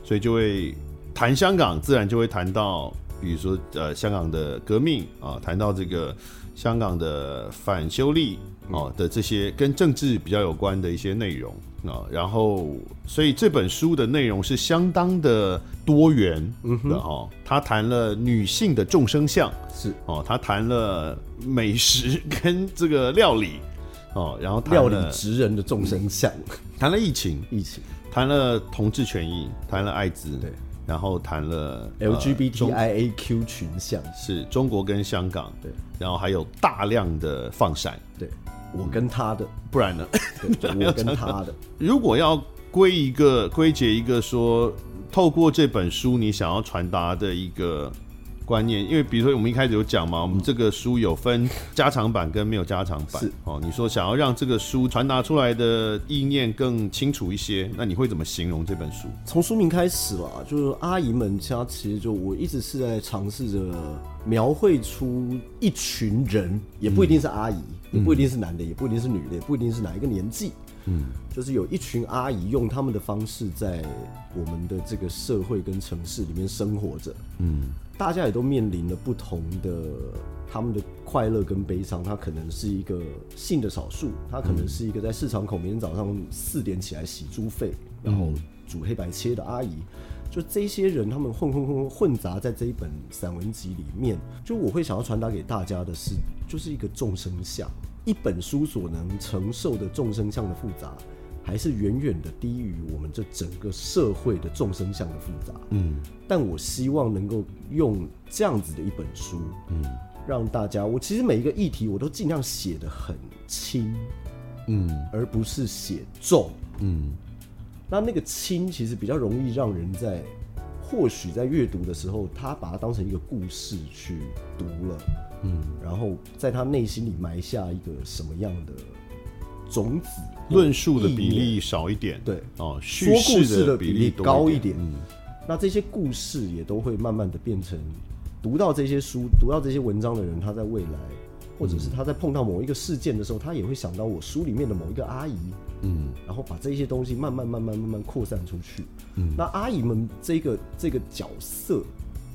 Speaker 1: 所以就会谈香港，自然就会谈到，比如说呃香港的革命啊，谈到这个香港的反修例
Speaker 2: 嗯
Speaker 1: 啊的这些跟政治比较有关的一些内容啊，然后所以这本书的内容是相当的多元
Speaker 2: 嗯
Speaker 1: 的哈、他谈了女性的众生相。
Speaker 2: 是
Speaker 1: 哦，他谈了美食跟这个料理，哦，然后谈
Speaker 2: 料
Speaker 1: 了
Speaker 2: 理职人的众生相，
Speaker 1: 谈了疫情，
Speaker 2: 疫情
Speaker 1: 谈了同志权益，谈了艾滋，
Speaker 2: 对，
Speaker 1: 然后谈了
Speaker 2: 哎
Speaker 1: 呃中
Speaker 2: LGBTIAQ 群像，
Speaker 1: 是中国跟香港，
Speaker 2: 对，
Speaker 1: 然后还有大量的放闪，
Speaker 2: 对我跟他的，
Speaker 1: 不然呢？
Speaker 2: 对我跟他的，
Speaker 1: 如果要归一个归结一个说，透过这本书你想要传达的一个观念，因为比如说我们一开始有讲嘛，我们这个书有分加长版跟没有加长版
Speaker 2: 是
Speaker 1: 哦。你说想要让这个书传达出来的意念更清楚一些，那你会怎么形容这本书？
Speaker 2: 从书名开始啦，就是阿姨们，她其实就我一直是在尝试着描绘出一群人，也不一定是阿姨，也不一定是男的，也不一定是女的，也不一定是哪一个年纪，嗯，就是有一群阿姨用他们的方式在我们的这个社会跟城市里面生活着，大家也都面临了不同的他们的快乐跟悲伤。他可能是一个性的少数，他可能是一个在市场口每天早上四点起来洗猪肺，然后煮黑白切的阿姨。就这些人，他们混混混混杂在这一本散文集里面。就我会想要传达给大家的是，就是一个众生相。一本书所能承受的众生相的复杂，还是远远的低于我们这整个社会的众生相的复杂。嗯，但我希望能够用这样子的一本书，嗯，让大家，我其实每一个议题我都尽量写得很轻，嗯，而不是写重，嗯。那那个轻其实比较容易让人在，或许在阅读的时候，他把它当成一个故事去读了，嗯，然后在他内心里埋下一个什么样的种子，
Speaker 1: 论述的
Speaker 2: 意
Speaker 1: 比
Speaker 2: 念
Speaker 1: 例少一点，
Speaker 2: 对
Speaker 1: 哦，
Speaker 2: 说
Speaker 1: 叙
Speaker 2: 故
Speaker 1: 事
Speaker 2: 事的
Speaker 1: 比
Speaker 2: 比
Speaker 1: 例
Speaker 2: 例
Speaker 1: 多
Speaker 2: 高
Speaker 1: 一
Speaker 2: 一点。嗯那这些故事也都会慢慢的变成，读到这些书、读到这些文章的人，他在未来，或者是他在碰到某一个事件的时候，他也会想到我书里面的某一个阿姨，嗯，然后把这些东西慢慢、慢慢、慢慢扩散出去。嗯，那阿姨们这个这个角色，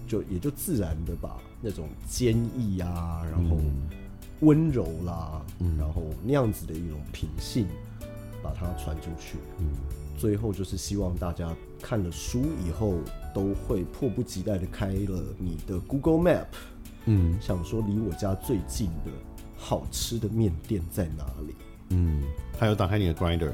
Speaker 2: 就也就自然的把那种坚毅啊，然后温柔啦，然后那样子的一种品性，把它传出去。最后就是希望大家看了书以后，都会迫不及待的开了你的 Google Map，嗯，想说离我家最近的好吃的面店在哪里，
Speaker 1: 还有打开你的 grinder，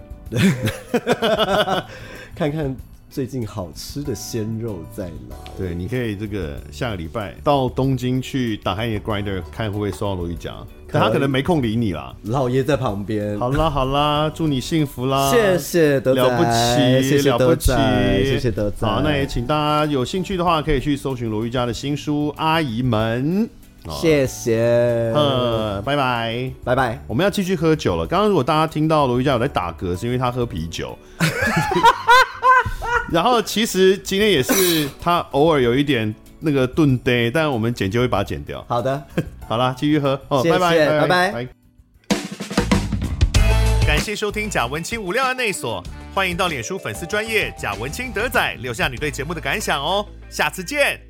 Speaker 2: 看看最近好吃的鲜肉在哪里。
Speaker 1: 对，你可以这个下个礼拜到东京去打开你的 grinder，看会不会收到罗一家，但他可能没空理你啦。
Speaker 2: 老爷在旁边，
Speaker 1: 好啦好啦，祝你幸福啦！
Speaker 2: 谢谢德仔
Speaker 1: 了不起，
Speaker 2: 谢谢
Speaker 1: 了不
Speaker 2: 德
Speaker 1: 起
Speaker 2: 仔，谢谢德仔
Speaker 1: 好，那也请大家有兴趣的话，可以去搜寻罗玉佳的新书《阿姨们》。
Speaker 2: 谢谢，
Speaker 1: 呃，拜拜。
Speaker 2: 拜拜。
Speaker 1: 我们要继续喝酒了。刚刚如果大家听到罗玉佳有在打嗝，是因为他喝啤酒。 然后其实今天也是他偶尔有一点那个顿呆，但我们剪就会把它剪掉。
Speaker 2: 好的，
Speaker 1: 好啦，继续喝哦，
Speaker 2: 谢
Speaker 1: 拜拜，
Speaker 2: 谢拜拜。
Speaker 1: 感谢收听贾文清无料案内所，欢迎到脸书粉丝专业贾文清德仔留下你对节目的感想哦，下次见。